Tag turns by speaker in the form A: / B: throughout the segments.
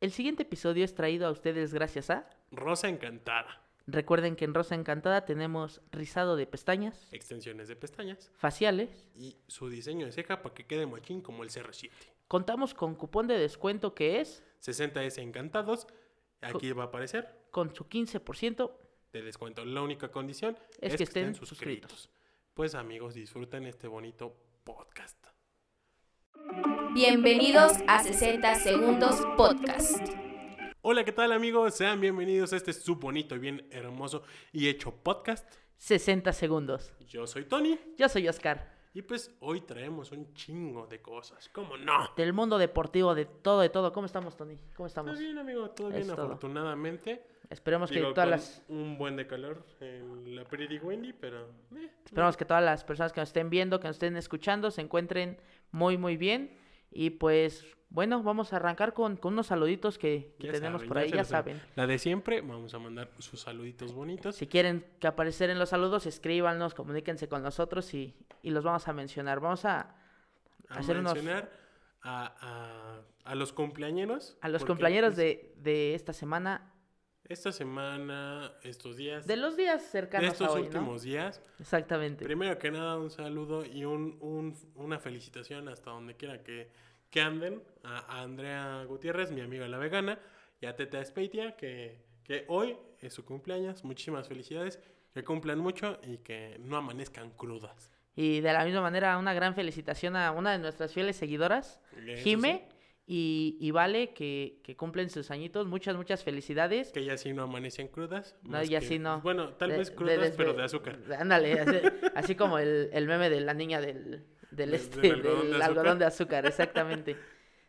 A: El siguiente episodio es traído a ustedes gracias a...
B: Rosa encantada.
A: Recuerden que en Rosa Encantada tenemos rizado de pestañas,
B: Extensiones de pestañas.
A: faciales.
B: Y su diseño de ceja para que quede mochín como el CR7.
A: Contamos con cupón de descuento que es
B: 60S encantados. Aquí va a aparecer.
A: con su 15%.
B: Te descuento. La única condición
A: Es que estén suscritos.
B: Pues amigos, disfruten este bonito podcast.
C: Bienvenidos a 60 Segundos Podcast.
B: Hola, ¿qué tal amigos? Sean bienvenidos a este su bonito y bien hermoso y hecho podcast.
A: 60 segundos.
B: Yo soy Tony
A: Yo soy Oscar,
B: y pues hoy traemos un chingo de cosas. ¿Cómo no?
A: del mundo deportivo, de todo, de todo. ¿Cómo estamos, Tony? ¿Cómo
B: Todo
A: estamos?
B: bien, amigo, todo
A: Es
B: bien,
A: todo.
B: afortunadamente.
A: Esperemos que,
B: Digo,
A: todas
B: con
A: las,
B: Un buen de calor en la Pretty Wendy, pero. eh,
A: esperemos que todas las personas que nos estén viendo, que nos estén escuchando, se encuentren muy, muy bien. Y pues, bueno, vamos a arrancar con, con unos saluditos que, que
B: ya
A: tenemos
B: saben,
A: por ahí,
B: se
A: ya
B: lo
A: saben.
B: La de siempre, vamos a mandar sus saluditos bonitos.
A: Si quieren que aparecer en los saludos, escríbanos, comuníquense con nosotros y, y los vamos a mencionar. Vamos a,
B: a
A: hacer unos-
B: mencionar a, a- a los cumpleañeros.
A: a los
B: porque,
A: cumpleaños
B: pues,
A: de, de esta semana,
B: Esta semana, estos días.
A: de los días
B: de
A: cercanos
B: estos
A: a hoy,
B: últimos días.
A: ¿no? Exactamente.
B: Primero que nada, un saludo y un, un- una felicitación hasta donde quiera que, que anden a, a Andrea Gutiérrez, mi amiga la vegana, y a Teta Espeitia, que, que hoy es su cumpleaños. Muchísimas felicidades, que cumplan mucho y que no amanezcan crudas.
A: Y de la misma manera, una gran felicitación a una de nuestras fieles seguidoras,
B: Eso sí,
A: Jime y, y Vale, que, que cumplen sus añitos. Muchas, muchas felicidades.
B: Que ya sí no amanecen crudas.
A: No,
B: más
A: ya
B: que-
A: sí no.
B: Bueno, tal
A: De-
B: vez
A: de
B: crudas,
A: desve-
B: pero de azúcar.
A: Ándale, así, así como el, el meme de la niña del, del
B: Del-
A: este,
B: del
A: del
B: algodón de
A: algodón,
B: azúcar.
A: de azúcar, exactamente.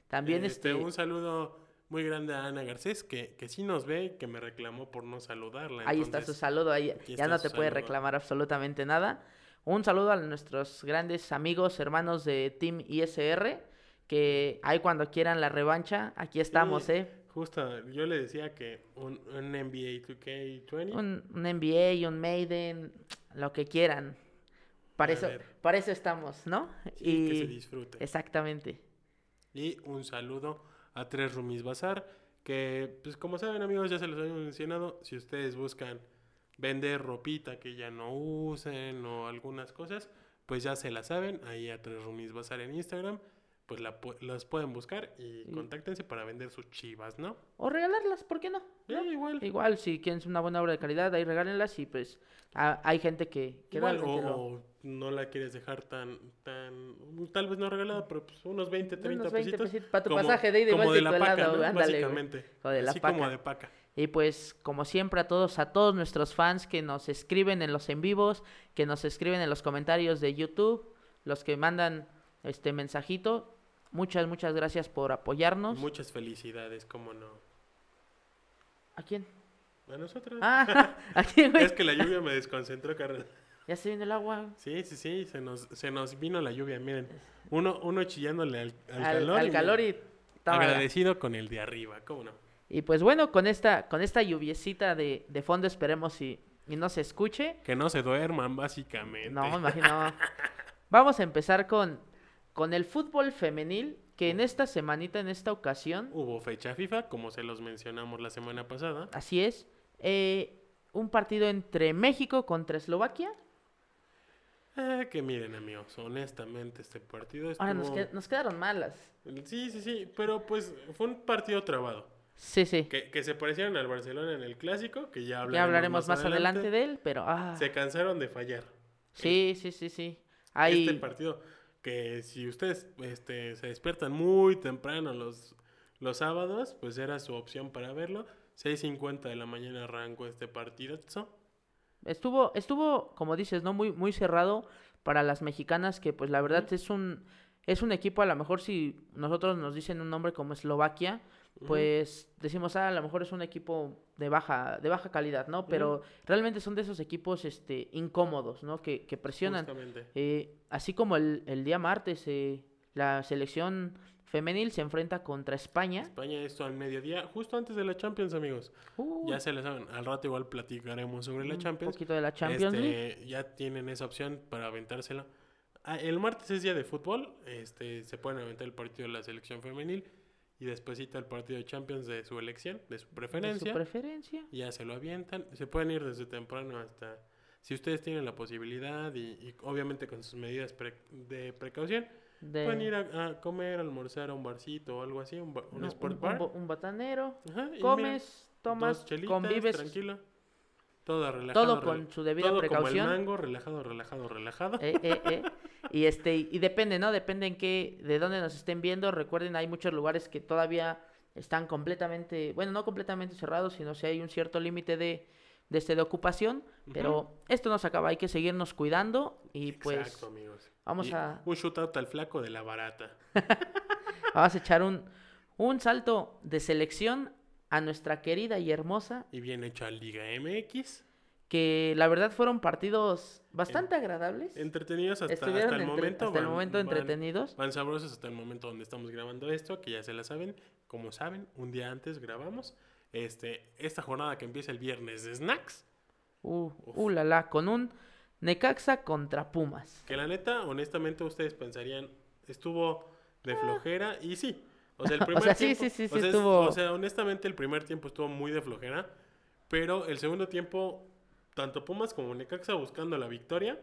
A: También
B: Este,
A: este,
B: Un saludo muy grande a Ana Garcés, que, que sí nos ve y que me reclamó por no saludarla.
A: ahí está su
B: entonces,
A: saludo, ahí
B: aquí
A: ya
B: está
A: no
B: su
A: te puede
B: saludo.
A: reclamar absolutamente nada. Un saludo a nuestros grandes amigos, hermanos de Team ISR, que ahí cuando quieran la revancha, aquí estamos,
B: Sí.
A: ¿eh?
B: Justo, yo le decía que un, un NBA 2K20.
A: Un, un NBA y un Maiden, lo que quieran. Para
B: A
A: eso,
B: ver.
A: para eso estamos, ¿no?
B: sí, que se disfrute.
A: Exactamente.
B: Y un saludo a Tres Rumis Bazar, que pues como saben amigos, ya se los habíamos mencionado, si ustedes buscan vender ropita que ya no usen o algunas cosas, pues ya se la saben, ahí a Tres Rumis Bazar en Instagram, pues la pu- las pueden buscar y
A: Sí.
B: contáctense para vender sus chivas, ¿no?
A: O regalarlas, ¿por qué no? ¿No?
B: Eh, igual,
A: Igual, si quieren una buena obra de calidad, ahí regálenlas y pues a- hay gente que, que
B: igual, o,
A: realmente lo-
B: o no la quieres dejar tan, tan, tal vez no regalada, pero pues unos 20, 30
A: unos 20
B: pesitos.
A: pesitos para tu
B: como-
A: pasaje de ida y
B: como
A: vuelta
B: de
A: y
B: la
A: tu
B: paca,
A: helado,
B: ¿no?
A: ándale, güey.
B: Básicamente.
A: O de la
B: Así como
A: paca.
B: de paca.
A: Y pues, como siempre, a todos, a todos nuestros fans que nos escriben en los en vivos, que nos escriben en los comentarios de YouTube, los que mandan este mensajito, muchas, muchas gracias por apoyarnos.
B: Muchas felicidades, cómo no.
A: ¿A quién?
B: A nosotros.
A: Ah, ¿a quién, güey?
B: Es que la lluvia me desconcentró, carnal.
A: Ya se viene el agua.
B: Sí, sí, sí, se nos, se nos vino la lluvia, miren. Uno, uno chillándole al, al
A: Al,
B: calor.
A: al
B: y
A: calor
B: miren,
A: y... tómala.
B: Agradecido con el de arriba, cómo no.
A: Y pues bueno, con esta, con esta lluviecita de, de fondo esperemos y, y no se escuche.
B: Que no se duerman, básicamente.
A: No, me imagino. Vamos a empezar con, con el fútbol femenil, que en esta semanita, en esta ocasión,
B: Hubo fecha FIFA, como se los mencionamos la semana pasada.
A: así es, eh, un partido entre México contra Eslovaquia.
B: Ah, que miren, amigos, honestamente este partido estuvo...
A: Ahora nos, qued- nos quedaron malas.
B: Sí, sí, sí, pero pues fue un partido trabado.
A: Sí, sí.
B: Que, que se parecieron al Barcelona en el Clásico, que ya hablaremos,
A: Ya hablaremos más, adelante. de él, pero... ah,
B: Se cansaron de fallar.
A: sí, sí, sí, sí. Ahí...
B: Este partido que si ustedes este, se despiertan muy temprano los, los sábados, pues era su opción para verlo. 6.50 de la mañana arrancó este partido.
A: Estuvo, estuvo, como dices, ¿no? Muy, muy cerrado para las mexicanas, que pues la verdad
B: Ujú.
A: es un, es un equipo, a lo mejor si nosotros nos dicen un nombre como Eslovaquia,
B: Ujú.
A: pues decimos, ah, a lo mejor es un equipo de baja, de baja calidad, ¿no? Pero realmente son de esos equipos este, incómodos, ¿no? Que, que presionan.
B: Justamente.
A: Eh, así como el, el día martes, eh, la selección femenil se enfrenta contra España.
B: España esto al mediodía, justo antes de la Champions, amigos.
A: Uh,
B: Ya se les saben, al rato igual platicaremos sobre la
A: un
B: Champions.
A: poquito de la Champions League.
B: Este, ya tienen esa opción para aventársela. Ah, el martes es día de fútbol. Este, se pueden aventar el partido de la selección femenil. y despuesito el partido de Champions de su elección, de su
A: de
B: preferencia.
A: su preferencia.
B: ya se lo avientan. Se pueden ir desde temprano hasta... Si ustedes tienen la posibilidad y, y obviamente con sus medidas pre- de precaución,
A: De,
B: pueden ir a, a comer, almorzar a un barcito o algo así, un, ba- un
A: no,
B: sport
A: un- un
B: bar.
A: bo- un botanero.
B: Ajá, y mira,
A: Comes, tomas,
B: dos chelitas,
A: convives.
B: tranquilo. Todo relajado.
A: Todo
B: rela-
A: con su debida
B: todo
A: precaución.
B: Como el mango, relajado, relajado, relajado.
A: Eh, eh, eh. Y este, y depende, ¿no? Depende en qué, de dónde nos estén viendo. Recuerden, hay muchos lugares que todavía están completamente, bueno, no completamente cerrados, sino si hay un cierto límite de, de, este, de ocupación. Pero esto nos acaba, hay que seguirnos cuidando. Y pues
B: Exacto, amigos.
A: vamos
B: Y
A: a-
B: Un shootout al flaco de la barata.
A: vamos a echar un, un salto de selección a nuestra querida y hermosa.
B: Y bien hecho al Liga MX.
A: Que la verdad fueron partidos bastante agradables.
B: Entretenidos hasta, hasta
A: Estuvieron
B: el
A: entre-
B: momento.
A: hasta el
B: van-
A: momento
B: van-
A: entretenidos.
B: Van sabrosos hasta el momento donde estamos grabando esto, que ya se la saben. Como saben, un día antes grabamos. Este, esta jornada que empieza el viernes de Snacks.
A: Uh, uh, la, la, con un Necaxa contra Pumas.
B: Que la neta, honestamente, ustedes pensarían, estuvo de flojera y sí. O sea, el primer
A: sea, sí,
B: tiempo,
A: sí, sí, sí
B: o sea, es-
A: estuvo.
B: o sea, honestamente, el primer tiempo estuvo muy de flojera. Pero el segundo tiempo, tanto Pumas como Necaxa buscando la victoria.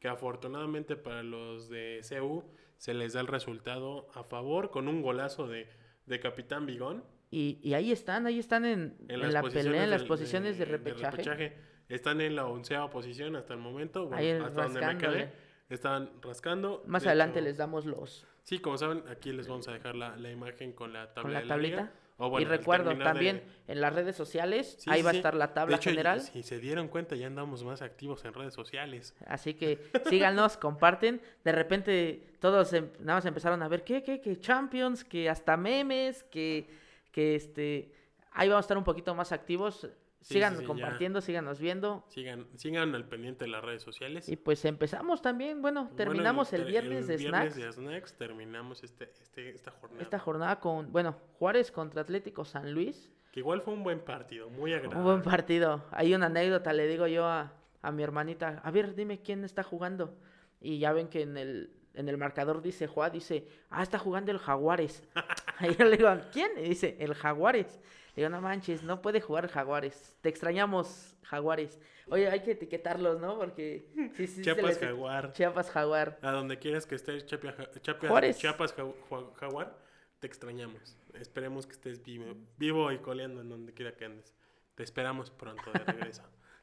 B: Que afortunadamente para los de CU se les da el resultado a favor con un golazo de, de Capitán Bigón.
A: Y, y ahí están, ahí están en, en la pelea, en las
B: del- eh,
A: posiciones de,
B: del
A: repechaje.
B: Están en la onceava posición hasta el momento. Bueno,
A: Ahí
B: hasta donde me
A: rascándole.
B: quedé. Están rascando.
A: Más
B: De
A: adelante
B: hecho,
A: les damos los.
B: Sí, como saben, aquí les vamos a dejar la, la imagen con la tabla.
A: Con la
B: de la liga.
A: tablita.
B: O bueno,
A: y
B: al
A: recuerdo
B: terminar de-
A: también en las redes sociales,
B: Sí,
A: ahí
B: sí,
A: va a
B: sí.
A: estar la
B: De
A: tabla
B: hecho,
A: general.
B: Si se dieron cuenta, ya andamos más activos en redes sociales.
A: Así que síganos, comparten. De repente todos em- nada más empezaron a ver que, que, que Champions, que hasta memes, que, que este. Ahí vamos a estar un poquito más activos.
B: sí,
A: Sigan
B: sí, ya.
A: compartiendo, síganos viendo.
B: Sigan, sigan al pendiente de las redes sociales.
A: Y pues empezamos también, bueno, terminamos
B: Bueno,
A: el,
B: ter-
A: viernes de
B: viernes
A: snacks.
B: de Snacks, Terminamos este, este, esta jornada.
A: Esta jornada con, bueno, Juárez contra Atlético San Luis.
B: Que igual fue un buen partido, muy agradable.
A: Un buen partido. Hay una anécdota, le digo yo a, a mi hermanita, a ver, dime quién está jugando. Y ya ven que en el, en el marcador dice Juá, dice, ah, está jugando el Jaguares. Y yo le digo, ¿quién? Y dice, el Jaguares. Le digo, no manches, no puede jugar el Jaguares. Te extrañamos, Jaguares. Oye, hay que etiquetarlos, ¿no? Porque sí, sí, se
B: Chiapas
A: les-
B: Jaguar.
A: Chiapas Jaguar.
B: A donde quieras que estés, Chapia- Ja- Chapias-
A: Juárez.
B: Chiapas Jau- Jau- Jaguar, te extrañamos. Esperemos que estés vivo, vivo y coleando en donde quiera que andes. Te esperamos pronto de regreso.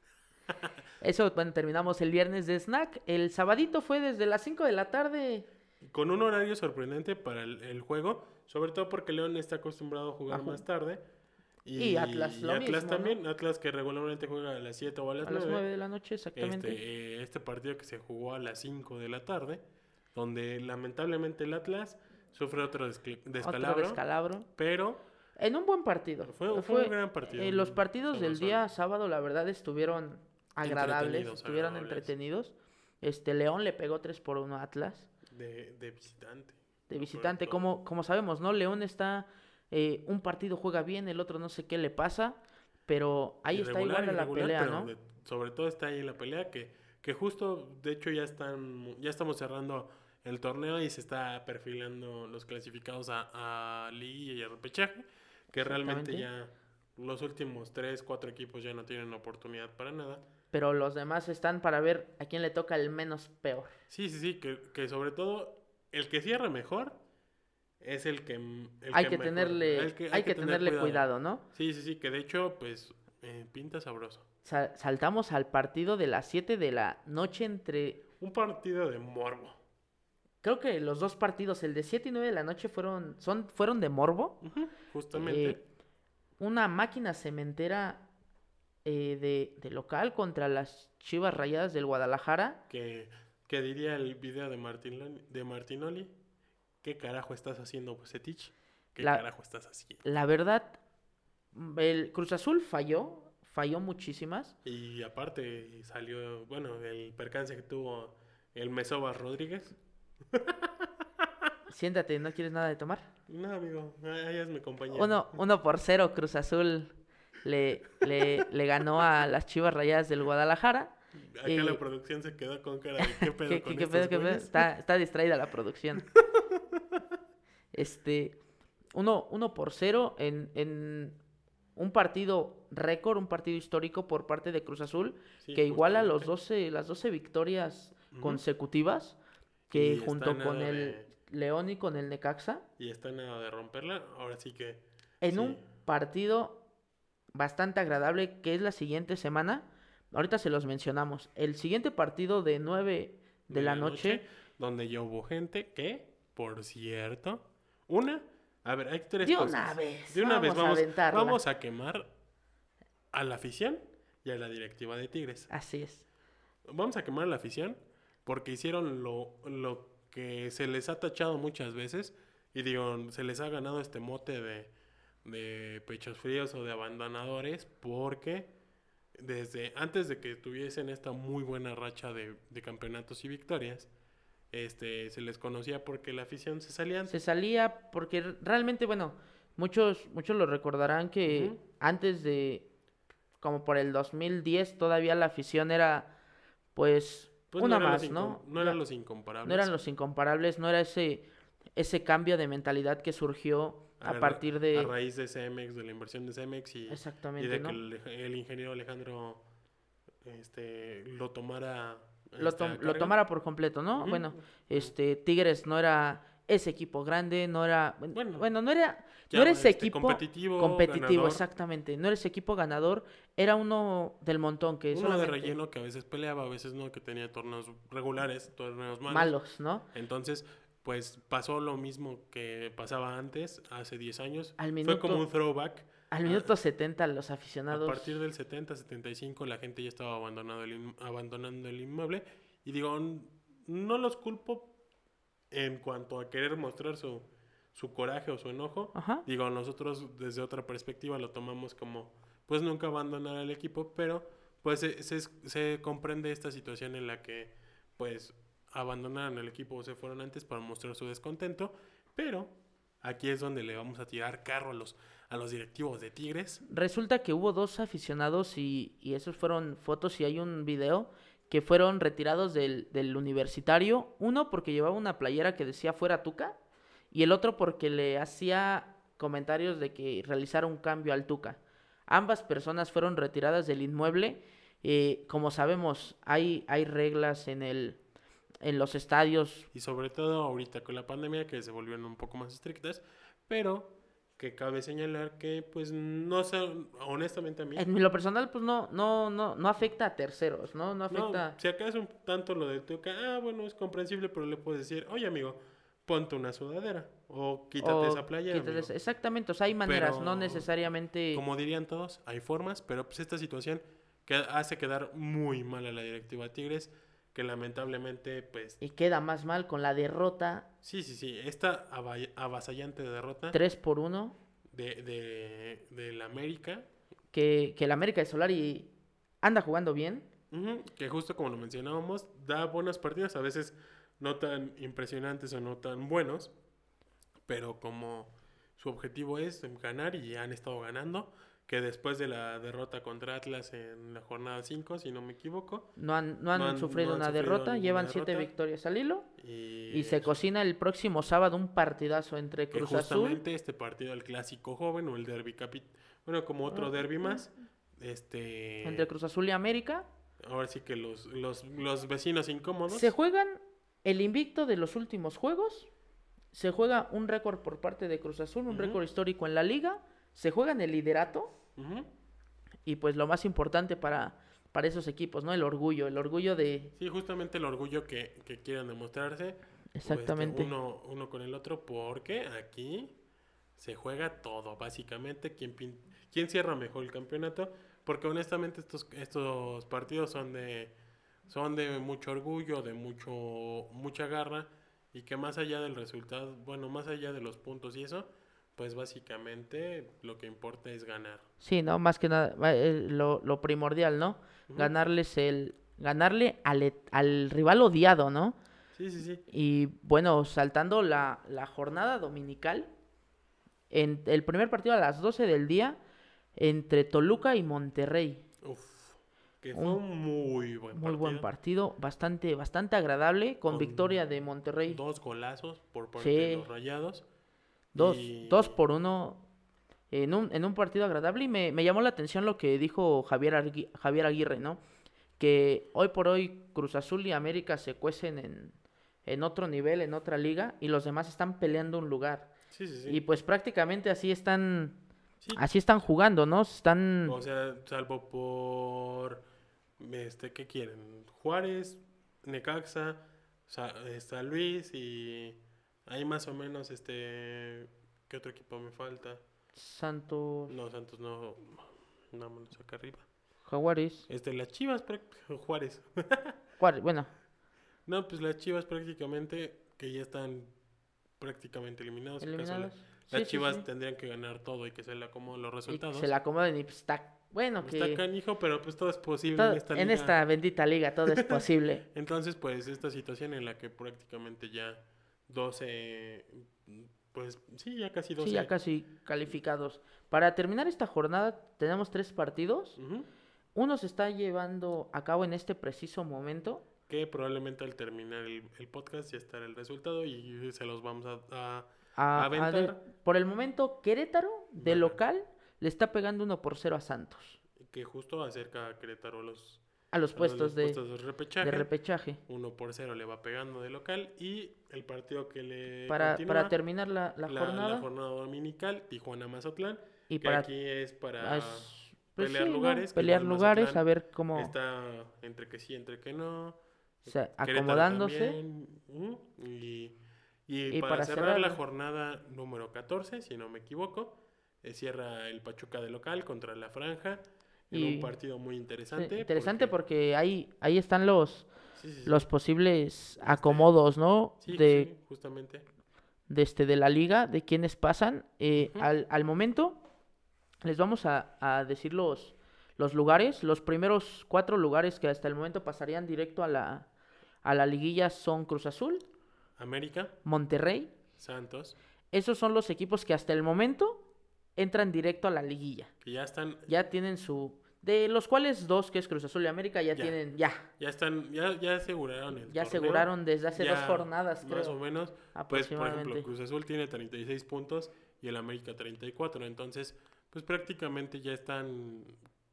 A: Eso, bueno, terminamos el viernes de snack. El sabadito fue desde las 5 de la tarde
B: Con un horario sorprendente para el, el juego, sobre todo porque León está acostumbrado a jugar
A: Ajá.
B: más tarde.
A: Y Atlas lo
B: Atlas
A: mismo,
B: también, Atlas que regularmente juega a las 7 o a las
A: a las
B: 9.
A: 9 de la noche, exactamente.
B: este, eh, este partido que se jugó a las 5 de la tarde, donde lamentablemente el Atlas sufre otro descl- descalabro,
A: Otro descalabro.
B: pero
A: En un buen partido.
B: Fue- fue un gran partido,
A: eh, los
B: un
A: partidos del
B: sabroso.
A: día sábado, la verdad, estuvieron agradables,
B: Entretenidos,
A: estuvieron
B: agradables.
A: entretenidos. Este León le pegó 3 por 1 a Atlas
B: de, de visitante.
A: de
B: Sobre
A: visitante.
B: todo.
A: Como, como sabemos, ¿no? León está. eh, un partido juega bien, el otro no sé qué le pasa. Pero ahí está
B: Irregular,
A: igual a la
B: irregular,
A: pelea,
B: pero
A: ¿no?
B: de- sobre todo está ahí en la pelea que, que justo, de hecho, ya están ya estamos cerrando el torneo y se está perfilando los clasificados a, a Liga y a repechaje, que realmente ya los últimos tres, cuatro equipos ya no tienen oportunidad para nada.
A: Pero los demás están para ver a quién le toca el menos peor.
B: Sí, sí, sí, que, que sobre todo el que cierra mejor es el que... m- el
A: hay que,
B: mejor-
A: tenerle,
B: el
A: hay que
B: tener
A: tenerle cuidado, ¿no?
B: Sí, sí, sí, que de hecho, pues, eh, pinta sabroso.
A: Sa- saltamos al partido de las 7 de la noche entre
B: Un partido de morbo.
A: Creo que los dos partidos, el de 7 y 9 de la noche, fueron, son, fueron de morbo.
B: Justamente.
A: Eh, una máquina cementera eh, de, de local contra las Chivas Rayadas del Guadalajara.
B: que, que diría el video de, Martin, Lon- de Martinoli, ¿qué carajo estás haciendo, Bucetich? ¿Qué
A: La-
B: carajo estás haciendo?
A: La verdad, mm, el Cruz Azul falló, falló muchísimas.
B: Y aparte salió, bueno, el percance que tuvo el Mesoba Rodríguez.
A: Siéntate, ¿no quieres nada de tomar?
B: No, amigo, ahí es mi compañero.
A: Uno, uno por cero, Cruz Azul le, le, le ganó a las Chivas Rayadas del Guadalajara.
B: Acá
A: y-
B: la producción se quedó con cara de qué pedo
A: eh, ¿Qué,
B: con
A: qué- qué
B: estos
A: pedo, qué pedo?
B: güeyes?".
A: Está, está distraída la producción. este, uno, uno por cero en, en un partido récord, un partido histórico por parte de Cruz Azul,
B: Sí,
A: que iguala los
B: justamente.
A: 12, las 12 victorias
B: Ujú.
A: consecutivas, que
B: Y está
A: junto
B: nada
A: con el
B: de-
A: León y con el Necaxa,
B: Y está nada de romperla. Ahora sí que.
A: en
B: Sí.
A: un partido bastante agradable que es la siguiente semana. Ahorita se los mencionamos. El siguiente partido de 9 de, la noche,
B: Donde ya hubo gente que, por cierto. Una. A ver, hay tres
A: De
B: cosas.
A: una vez,
B: De una vez
A: vamos a
B: vamos,
A: aventarla.
B: vamos a quemar a la afición y a la directiva de Tigres.
A: Así es.
B: Vamos a quemar a la afición porque hicieron lo, lo que se les ha tachado muchas veces y digo, se les ha ganado este mote de, de pechos fríos o de abandonadores porque desde antes de que tuviesen esta muy buena racha de, de campeonatos y victorias, este, se les conocía porque la afición se salía antes.
A: Se salía porque r- realmente, bueno, muchos, muchos lo recordarán que
B: Ujú.
A: antes de, como por el 2010, todavía la afición era, pues,
B: Pues
A: una
B: eran los
A: más,
B: incom-
A: ¿no?
B: No eran los incomparables.
A: No eran los incomparables, no era ese, ese cambio de mentalidad que surgió a,
B: ra-
A: partir
B: A
A: de...
B: raíz de CMX, de la inversión de CMX y... Y
A: Exactamente,
B: de
A: ¿no?
B: que el, el ingeniero Alejandro este, lo tomara.
A: Lo,
B: este, a
A: tom- lo
B: cargo.
A: tomara por completo, ¿no?
B: Ujú.
A: Bueno, este, Tigres no era ese equipo grande, no era... buen- Bueno,
B: Bueno.
A: no era,
B: Ya,
A: no era ese
B: este,
A: equipo...
B: competitivo.
A: competitivo,
B: ganador,
A: exactamente. No eres equipo ganador, era uno del montón que
B: Uno de
A: solamente
B: relleno que a veces peleaba, a veces no, que tenía torneos regulares, torneos malos.
A: malos, ¿no?
B: Entonces, pues pasó lo mismo que pasaba antes, hace 10 años.
A: Al
B: Fue como
A: minuto-
B: un throwback.
A: Al minuto
B: Ah,
A: 70 los
B: A
A: aficionados
B: partir del 70, 75 la gente ya estaba abandonando el, in- abandonando el inmueble. Y digo, n- no los culpo en cuanto a querer mostrar su, su coraje o su enojo.
A: Ajá.
B: Digo, nosotros desde otra perspectiva lo tomamos como, pues nunca abandonar al equipo, pero pues se, se, se comprende esta situación en la que pues abandonaron el equipo o se fueron antes para mostrar su descontento, pero aquí es donde le vamos a tirar carro a los, a los directivos de Tigres.
A: Resulta que hubo dos aficionados y, y esos fueron fotos y hay un video que fueron retirados del, del universitario. Uno porque llevaba una playera que decía fuera Tuca y el otro porque le hacía comentarios de que realizara un cambio al Tuca. Ambas personas fueron retiradas del inmueble. Eh, como sabemos, hay, hay reglas en, el, en los estadios.
B: y sobre todo ahorita con la pandemia que se volvieron un poco más estrictas, pero que cabe señalar que pues no sé, honestamente a mí
A: En lo personal, pues no, no, no, no afecta a terceros, ¿no? No
B: no,
A: afecta.
B: si acaso un tanto lo del Tuca, ah, bueno, es comprensible, pero le puedes decir, "Oye, amigo, ponte una sudadera o quítate
A: o
B: esa playera."
A: quítate
B: amigo".
A: esa- Exactamente, o sea, hay maneras, no
B: Pero,
A: necesariamente...
B: Como dirían todos, hay formas, pero pues esta situación que hace quedar muy mal a la directiva Tigres, que lamentablemente pues
A: Y queda más mal con la derrota
B: sí, sí, sí, esta avall- avasallante derrota
A: 3 por 1
B: de de del América
A: que, que el América de Solari anda jugando bien.
B: Ujú, Que justo como lo mencionábamos, da buenas partidas, a veces no tan impresionantes o no tan buenos, pero como su objetivo es ganar y han estado ganando, que después de la derrota contra Atlas en la jornada 5, si no me equivoco,
A: No han, no han
B: No han-
A: sufrido
B: no han
A: una
B: sufrido
A: derrota,
B: ninguna
A: llevan 7
B: derrota.
A: victorias al hilo.
B: y,
A: Y se cocina el próximo sábado un partidazo entre
B: que
A: Cruz Azul.
B: justamente este partido, el clásico joven o el derby capit, bueno, como otro derby más, este,
A: Ah. Entre Cruz Azul y América.
B: ahora sí que los, los, los vecinos incómodos,
A: Se juegan el invicto de los últimos juegos. Se juega un récord por parte de Cruz Azul, un
B: Ujú.
A: récord histórico en la liga. Se juegan el liderato.
B: Ujú.
A: y pues lo más importante para, para esos equipos, ¿no? El orgullo, el orgullo de...
B: Sí, justamente el orgullo que, que quieran demostrarse. o este,
A: Exactamente.
B: uno, uno con el otro, porque aquí se juega todo, básicamente. ¿Quién, pin- quién cierra mejor el campeonato? Porque honestamente estos, estos partidos son de, son de mucho orgullo, de mucho, mucha garra, y que más allá del resultado, bueno, más allá de los puntos y eso, pues básicamente lo que importa es ganar.
A: Sí, ¿no? Más que nada, va, eh, lo, lo primordial, ¿no?
B: Ujú.
A: Ganarles el... Ganarle al, e- al rival odiado, ¿no?
B: Sí, sí, sí.
A: Y bueno, saltando la, la jornada dominical, en el primer partido a las 12 del día, entre Toluca y Monterrey.
B: Uf, que fue un muy buen
A: Muy buen
B: partido.
A: partido, bastante, bastante agradable, con,
B: Con
A: victoria de Monterrey.
B: dos golazos por parte de
A: Sí.
B: los rayados.
A: Dos,
B: Y-
A: dos por uno en un, en un partido agradable y me, me llamó la atención lo que dijo Javier, Argui- Javier Aguirre, ¿no? Que hoy por hoy Cruz Azul y América se cuecen en, en otro nivel, en otra liga y los demás están peleando un lugar.
B: Sí, sí, sí.
A: Y pues prácticamente así están,
B: Sí. Pues
A: así están jugando, ¿no? Están...
B: O sea, salvo por este ¿qué quieren? Juárez, Necaxa, Sa- eh, San Luis y ahí más o menos este ¿qué otro equipo me falta?
A: Santos,
B: No, Santos no vámonos acá arriba.
A: Jaguares,
B: Este las Chivas práct- Juárez.
A: Juárez, bueno,
B: No, pues las Chivas prácticamente que ya están prácticamente eliminados. en caso de-
A: eliminados.
B: Pues, Las
A: Sí, sí,
B: Chivas
A: sí.
B: tendrían que ganar todo y que se le acomoden los
A: Y que
B: resultados.
A: se la acomoden y pues está... Bueno, que...
B: Está canijo, pero pues todo es posible
A: todo-
B: en esta
A: en
B: liga.
A: esta bendita liga todo es posible.
B: Entonces, pues esta situación en la que prácticamente ya 12, pues sí, ya casi 12.
A: Sí, ya casi calificados. Para terminar esta jornada tenemos tres partidos.
B: Ujú.
A: Uno se está llevando a cabo en este preciso momento.
B: Que probablemente al terminar el, el podcast ya estará el resultado y se los vamos a... a-
A: A- a
B: Aventar.
A: de- por el momento, Querétaro, de
B: Ajá.
A: local, le está pegando uno por 0 a Santos.
B: que justo acerca a Querétaro a los,
A: A los
B: a
A: puestos,
B: los
A: de,
B: puestos de
A: de
B: repechaje.
A: repechaje.
B: 1 por 0 le va pegando de local y el partido que le
A: Para,
B: Eh, continúa,
A: para terminar la, la jornada.
B: dominical, Tijuana-Mazatlán,
A: y
B: que
A: para
B: aquí es para...
A: ah, es- pues
B: pelear
A: sí, ¿no?
B: lugares, que
A: Pelear
B: igual
A: lugares,
B: Mazatlán
A: a ver cómo
B: Está entre que sí, entre que no.
A: o sea,
B: Querétaro
A: acomodándose.
B: también, ujú, Y, y
A: Y
B: para,
A: para
B: cerrar la
A: cerrarla.
B: jornada número 14, si no me equivoco, eh, cierra el Pachuca de local contra la Franja. En
A: Y-
B: un partido muy
A: Sí,
B: interesante.
A: interesante porque ahí, ahí están los,
B: sí, sí, sí,
A: los posibles acomodos, ¿no?
B: sí,
A: de,
B: sí, justamente.
A: de, este, de la liga, de quienes pasan. Eh,
B: Ujú.
A: al, al momento les vamos a, a decir los, los lugares. Los primeros cuatro lugares que hasta el momento pasarían directo a la, a la liguilla son Cruz Azul,
B: América,
A: Monterrey.
B: Santos,
A: Esos son los equipos que hasta el momento entran directo a la liguilla.
B: que ya están,
A: Ya tienen su... De los cuales dos, que es Cruz Azul y América, ya,
B: Ya.
A: tienen... Ya.
B: ya están, ya, ya aseguraron el
A: Ya
B: torneo,
A: aseguraron desde hace dos
B: ya
A: jornadas,
B: Más o
A: creo.
B: menos. Pues, por ejemplo,
A: Aproximadamente.
B: Cruz Azul tiene 36 puntos y el América 34. Entonces, pues prácticamente ya están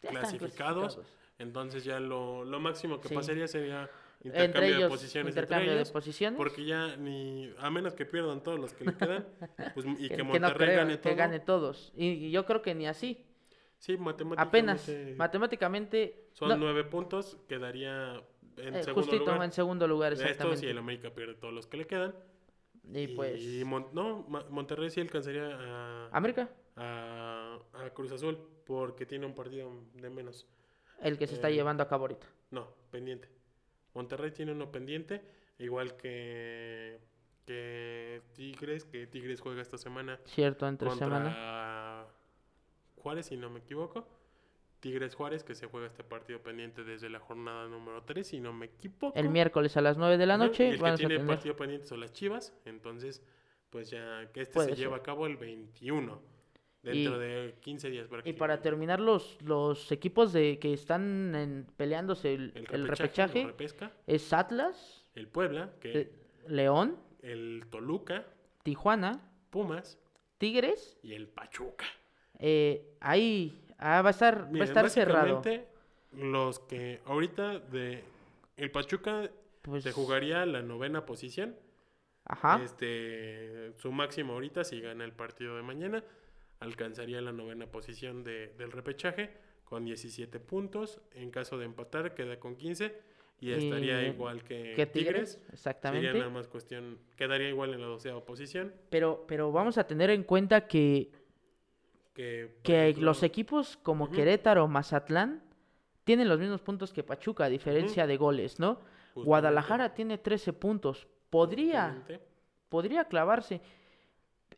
A: Ya están
B: clasificados.
A: clasificados.
B: Entonces, ya lo, lo máximo que
A: Sí.
B: pasaría sería intercambio
A: Entre
B: de
A: ellos,
B: posiciones.
A: intercambio
B: entre
A: de
B: ellos,
A: posiciones.
B: porque ya ni. A menos que pierdan todos los que le quedan. pues, y que,
A: no
B: Monterrey
A: creo,
B: gane
A: que
B: todo.
A: gane todos. Y, y yo creo que ni así.
B: Sí,
A: Apenas.
B: matemáticamente.
A: Matemáticamente.
B: Son
A: no,
B: nueve puntos. Quedaría en
A: eh,
B: segundo
A: justito
B: lugar.
A: en segundo lugar,
B: de estos, y
A: exactamente.
B: el América pierde todos los que le quedan.
A: y, pues.
B: y Mon- no, Ma- Monterrey sí alcanzaría a.
A: América,
B: a, a Cruz Azul porque tiene un partido de menos.
A: el que se está
B: Eh,
A: llevando a cabo ahorita.
B: No, pendiente. Monterrey tiene uno pendiente, igual que, que Tigres, que Tigres juega esta semana
A: Cierto, entre
B: contra
A: semana.
B: Juárez, si no me equivoco. Tigres Juárez, que se juega este partido pendiente desde la jornada número 3, si no me equivoco.
A: El miércoles a las 9 de la
B: Ajá,
A: noche.
B: y El que
A: vamos a
B: tiene
A: tener-
B: partido pendiente son las Chivas, entonces, pues ya que este
A: Puede
B: se
A: ser.
B: lleva a cabo el 21, dentro
A: Y-
B: de 15 días.
A: Y para
B: prácticamente.
A: terminar, los, los equipos de que están en- peleándose el,
B: el
A: el
B: repechaje,
A: repechaje,
B: el repesca,
A: es Atlas,
B: el Puebla, que
A: eh, León,
B: el Toluca,
A: Tijuana,
B: Pumas
A: Tigres.
B: y el Pachuca.
A: eh, ahí ah, va a estar, va a
B: Miren,
A: estar cerrado.
B: básicamente, Los que ahorita de el Pachuca
A: Pues,
B: se jugaría la novena posición.
A: Ajá.
B: Este su máximo ahorita si gana el partido de mañana alcanzaría la novena posición de- del repechaje con 17 puntos. En caso de empatar queda con 15 y
A: Y-
B: estaría igual que,
A: que
B: Tigres.
A: Tigres,
B: Sería
A: exactamente.
B: nada más cuestión quedaría igual en la doceava posición.
A: Pero, pero vamos a tener en cuenta que,
B: que, por
A: que
B: ejemplo,
A: los equipos como
B: Ujú.
A: Querétaro, Mazatlán, tienen los mismos puntos que Pachuca, a diferencia de goles, ¿no?
B: justamente,
A: Guadalajara tiene 13 puntos. Podría,
B: justamente,
A: podría clavarse.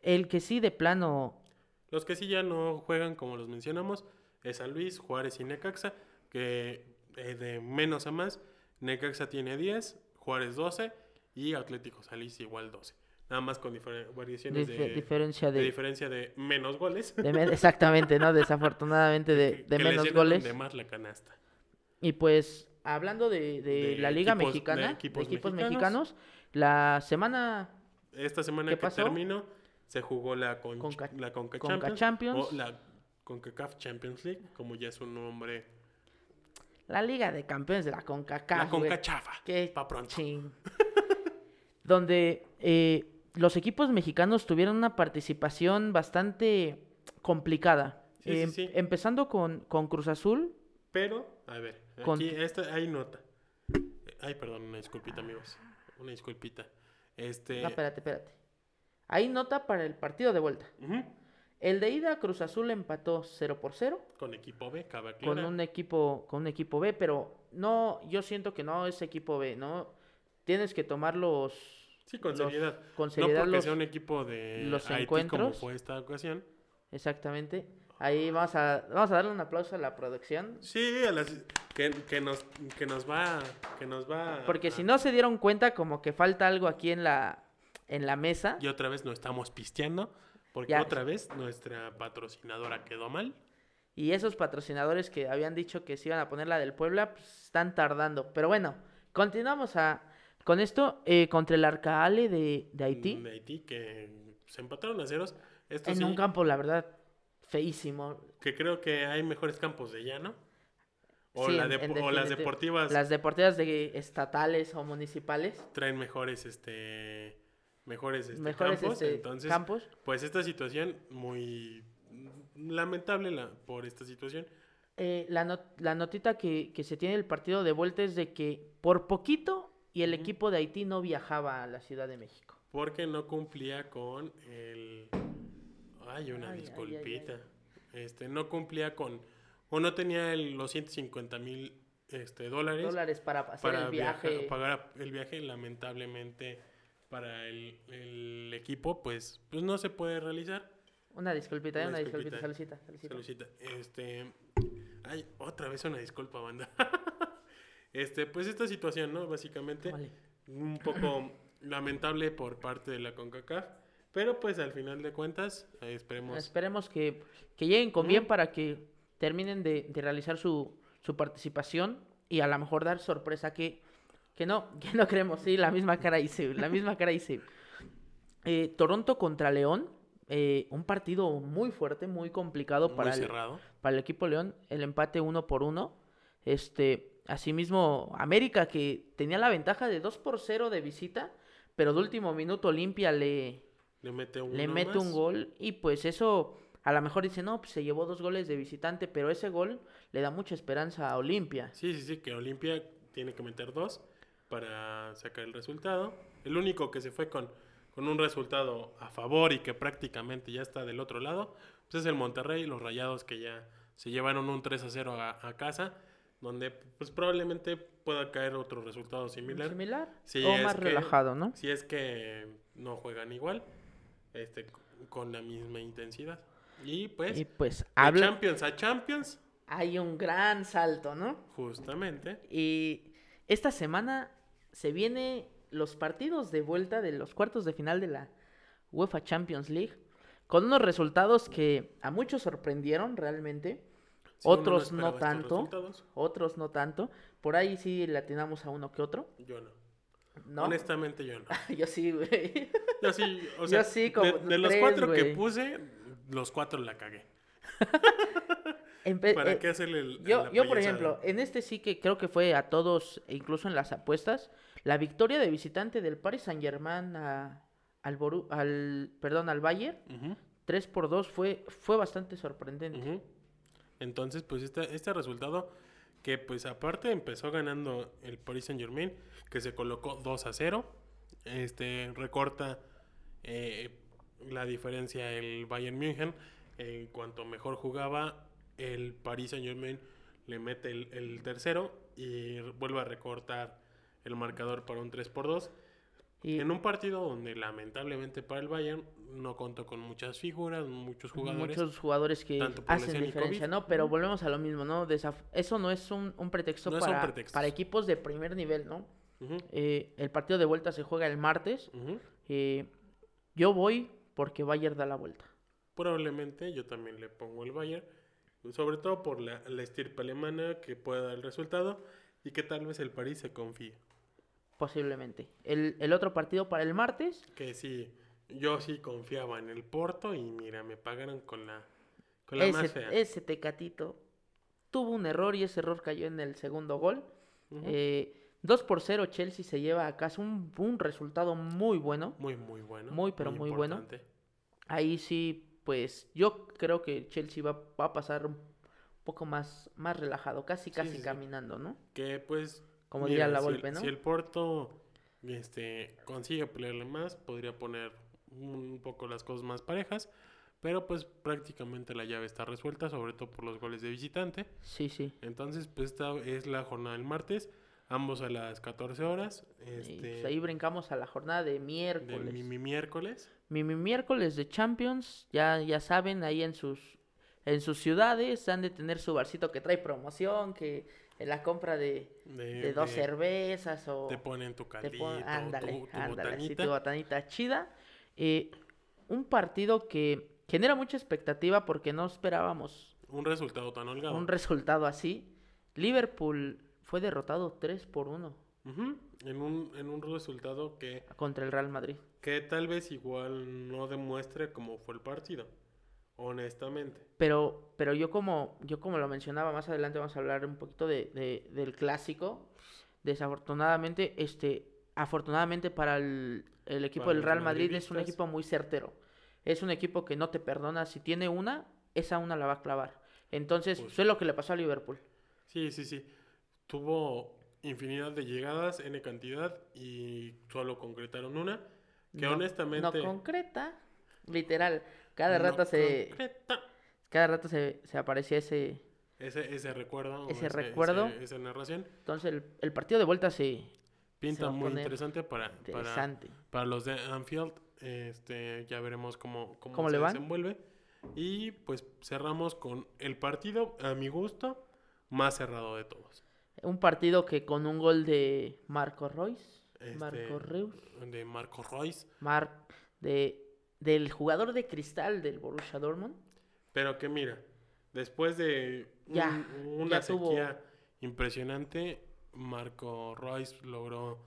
A: El que sí de plano
B: Los que sí ya no juegan, como los mencionamos, es San Luis, Juárez y Necaxa, que eh, de menos a más, Necaxa tiene 10, Juárez 12 y Atlético Salís igual 12. Nada más con difer- variaciones
A: dife-
B: de,
A: diferencia
B: de
A: de,
B: diferencia de menos goles.
A: de men- exactamente, ¿no? Desafortunadamente de, de
B: que- que les
A: menos
B: llenan
A: goles.
B: De más la canasta.
A: Y pues, hablando de, de
B: De
A: la Liga
B: equipos- de
A: Mexicana, de
B: equipos
A: equipos
B: mexicanos.
A: mexicanos, la semana
B: Esta semana
A: ¿Qué
B: que
A: pasó?
B: termino se jugó la, con,
A: Conca-
B: la Conca,
A: Conca
B: Champions,
A: Champions.
B: o la CONCACAF Champions League, como ya es un nombre.
A: La Liga de Campeones de la CONCACAF.
B: la
A: güey.
B: CONCACHAFA,
A: Qué
B: pa' pronto.
A: ching. Donde eh, los equipos mexicanos tuvieron una participación bastante complicada.
B: Sí, sí,
A: Em-
B: sí.
A: Empezando con, con Cruz Azul.
B: Pero, a ver,
A: Con-
B: aquí esta, hay nota. Eh, Ay, perdón, una disculpita, amigos. Una disculpita. Este.
A: No, espérate, espérate. Ahí nota para el partido de vuelta.
B: ujú,
A: El de ida, Cruz Azul empató 0 por 0
B: Con equipo B, cabe
A: con
B: aclarar.
A: un equipo, con un equipo B, pero no, yo siento que no es equipo B, ¿no? Tienes que tomar los,
B: Sí,
A: los-
B: con seriedad.
A: con
B: no
A: seriedad
B: porque
A: los-
B: sea un equipo de
A: los
B: Haití como
A: encuentros.
B: fue esta ocasión.
A: exactamente. Ahí vamos a, vamos a darle un aplauso a la producción.
B: Sí, a las- que, que nos que nos va que nos va
A: Porque
B: a-
A: si no se dieron cuenta, como que falta algo aquí en la, en la mesa.
B: y otra vez no estamos pisteando porque
A: Ya.
B: otra vez nuestra patrocinadora quedó mal.
A: Y esos patrocinadores que habían dicho que se iban a poner la del Puebla, pues, están tardando. Pero bueno, continuamos a, con esto, eh, contra el Arcaale de, de Haití.
B: De Haití que se empataron a ceros. Mm, Esto
A: en
B: sí,
A: un campo, la verdad, feísimo.
B: que creo que hay mejores campos de llano o,
A: Sí,
B: la
A: en-
B: de-
A: en
B: o las
A: definitiva-
B: deportivas
A: Las deportivas de estatales o municipales.
B: traen mejores este mejores, este,
A: mejores
B: campos,
A: este,
B: entonces
A: campos.
B: pues esta situación muy lamentable la- por esta situación.
A: Eh, la, not- la notita que, que se tiene el partido de vuelta es de que por poquito y el
B: Ujú.
A: equipo de Haití no viajaba a la Ciudad de México.
B: Porque no cumplía con el. Ay, una
A: Ay, ay, ay,
B: disculpita. Este, no cumplía con. O no tenía el- los 150 mil este, dólares,
A: Dólares para hacer
B: para
A: el viaje.
B: viajar- pagar el viaje. Lamentablemente, para el, el equipo, pues, pues no se puede realizar.
A: Una disculpita, eh,
B: Una
A: una disculpita,
B: disculpita.
A: salucita, salucita.
B: Saludcita. Este. Ay, otra vez una disculpa, banda. este, pues esta situación, ¿no? Básicamente.
A: Vale.
B: un poco lamentable por parte de la CONCACAF, pero pues al final de cuentas, eh, esperemos.
A: Esperemos que, que lleguen con bien
B: Ujú.
A: para que terminen de, de realizar su, su participación y a lo mejor dar sorpresa que, que no, que no creemos. Sí, la misma cara hice, la misma cara hice. Eh, Toronto contra León, eh, un partido muy fuerte, muy complicado
B: Muy
A: para, el,
B: cerrado.
A: para el equipo León, el empate uno por uno. Este, asimismo, América que tenía la ventaja de 2 por 0 de visita, pero de último minuto Olimpia le,
B: Le mete un
A: le mete un gol y pues eso a lo mejor dice, no, pues se llevó dos goles de visitante, pero ese gol le da mucha esperanza a Olimpia.
B: Sí, sí, sí, que Olimpia tiene que meter dos para sacar el resultado. El único que se fue con, con un resultado a favor y que prácticamente ya está del otro lado, pues es el Monterrey, los Rayados que ya se llevaron un 3 a 0 a, a casa, donde pues probablemente pueda caer otro resultado similar.
A: Similar
B: Sí,
A: o
B: es
A: más
B: que-
A: relajado, ¿no?
B: Si es que no juegan igual, este, con la misma intensidad. Y pues,
A: Y
B: de
A: pues habla,
B: Champions a Champions,
A: hay un gran salto, ¿no?
B: justamente.
A: Y esta semana se viene los partidos de vuelta de los cuartos de final de la UEFA Champions League con unos resultados que a muchos sorprendieron realmente,
B: Si uno
A: Otros
B: esperaba
A: no
B: estos
A: tanto.
B: resultados,
A: otros no tanto. Por ahí sí le atinamos a uno que otro,
B: Yo no.
A: ¿no?
B: Honestamente, yo no.
A: Yo sí, güey.
B: Yo sí, o sea,
A: sí, como
B: de, de los
A: tres,
B: cuatro que
A: güey.
B: puse, los cuatro la cagué.
A: Empe-
B: Em, ¿Para
A: eh,
B: qué hacerle el,
A: yo,
B: la
A: yo, por
B: payasada?
A: ejemplo, en este sí que creo que fue a todos, e incluso en las apuestas, la victoria de visitante del Paris Saint Germain al, Boru- al, perdón, al Bayern,
B: Ujú,
A: 3 por 2 fue, fue bastante sorprendente.
B: ujú. Entonces, pues este, este resultado que pues aparte empezó ganando el Paris Saint Germain, que se colocó 2 a 0. Este recorta eh, la diferencia el Bayern München. En cuanto mejor jugaba, el Paris Saint Germain le mete el, el tercero y vuelve a recortar el marcador para un 3 por 2.
A: Y
B: En un partido donde lamentablemente para el Bayern no contó con muchas figuras, muchos jugadores.
A: muchos jugadores que
B: tanto por
A: hacen
B: lesión y
A: diferencia,
B: COVID.
A: ¿no? Pero volvemos a lo mismo, ¿no? Desaf- eso no es un, un pretexto
B: No son
A: para,
B: pretextos.
A: para equipos de primer nivel, ¿no?
B: Ujú,
A: Eh, el partido de vuelta se juega el martes.
B: ujú.
A: Eh, yo voy porque Bayern da la vuelta.
B: Probablemente yo también le pongo el Bayern, sobre todo por la, la estirpe alemana que puede dar el resultado y que tal vez el París se confíe.
A: Posiblemente. El, el otro partido para el martes.
B: Que sí, Yo sí confiaba en el Porto y mira, me pagaron con la, con la más fea.
A: Ese, ese Tecatito tuvo un error y ese error cayó en el segundo gol.
B: Ujú.
A: eh, 2 por 0 Chelsea se lleva a casa un, un resultado muy bueno.
B: Muy, muy bueno.
A: muy, pero muy bueno.
B: importante.
A: Ahí sí, pues yo creo que Chelsea va, va a pasar un poco más, más relajado, casi
B: Sí,
A: casi
B: sí, sí.
A: caminando, ¿no?
B: Que pues.
A: Como diría la
B: si el-
A: Volpe, ¿no?
B: Si el Porto este, consigue pelearle más, podría poner un poco las cosas más parejas. Pero pues prácticamente la llave está resuelta, sobre todo por los goles de visitante.
A: Sí, sí.
B: Entonces, pues esta es la jornada del martes, ambos a las 14 horas.
A: Y, pues,
B: Este,
A: ahí brincamos a la jornada de miércoles.
B: del mi, mi miércoles.
A: mi, mi miércoles de Champions, ya, ya saben, ahí en sus, en sus ciudades han de tener su barcito que trae promoción, que eh, la compra de,
B: De,
A: de dos
B: de-
A: cervezas o
B: Te ponen tu
A: te
B: caldito,
A: pon-
B: tu-
A: ándale,
B: tu,
A: ándale, sí,
B: botanita.
A: tu botanita chida. Eh, un partido que genera mucha expectativa porque no esperábamos
B: Un resultado tan holgado.
A: un resultado así. Liverpool fue derrotado 3 por 1
B: Ujú, en, un, en un resultado que,
A: contra el Real Madrid.
B: que tal vez igual no demuestre cómo fue el partido, honestamente.
A: Pero, pero yo como, yo como lo mencionaba, más adelante vamos a hablar un poquito de, de- del clásico. Desafortunadamente, este, afortunadamente para el, el equipo
B: Para
A: del
B: los
A: Real Madrid es un
B: madridistas.
A: equipo muy certero. Es un equipo que no te perdona. Si tiene una, esa una la va a clavar. Entonces,
B: Justo.
A: eso es lo que le pasó a Liverpool.
B: Sí, sí, sí. Tuvo infinidad de llegadas, N cantidad, y solo concretaron una. Que
A: No-
B: honestamente.
A: No concreta. Literal. Cada
B: no
A: rato se.
B: concreta.
A: Cada rato se, se aparecía ese.
B: Ese, ese recuerdo. o
A: Ese recuerdo.
B: ese- esa narración.
A: Entonces el, el partido de vuelta se.
B: Pinta
A: va a
B: muy
A: poner
B: interesante para, para,
A: Interesante.
B: para los de Anfield. Este, ya veremos cómo, cómo,
A: ¿Cómo
B: se
A: le van?
B: desenvuelve. Y pues cerramos con el partido, a mi gusto, más cerrado de todos.
A: Un partido que con un gol de Marco Reus.
B: Este,
A: Marco Reus.
B: De Marco Royce.
A: Mar, de, del jugador de cristal del Borussia Dortmund.
B: Pero que mira, después de un-
A: Ya,
B: una
A: ya tuvo-
B: sequía impresionante, Marco Royce logró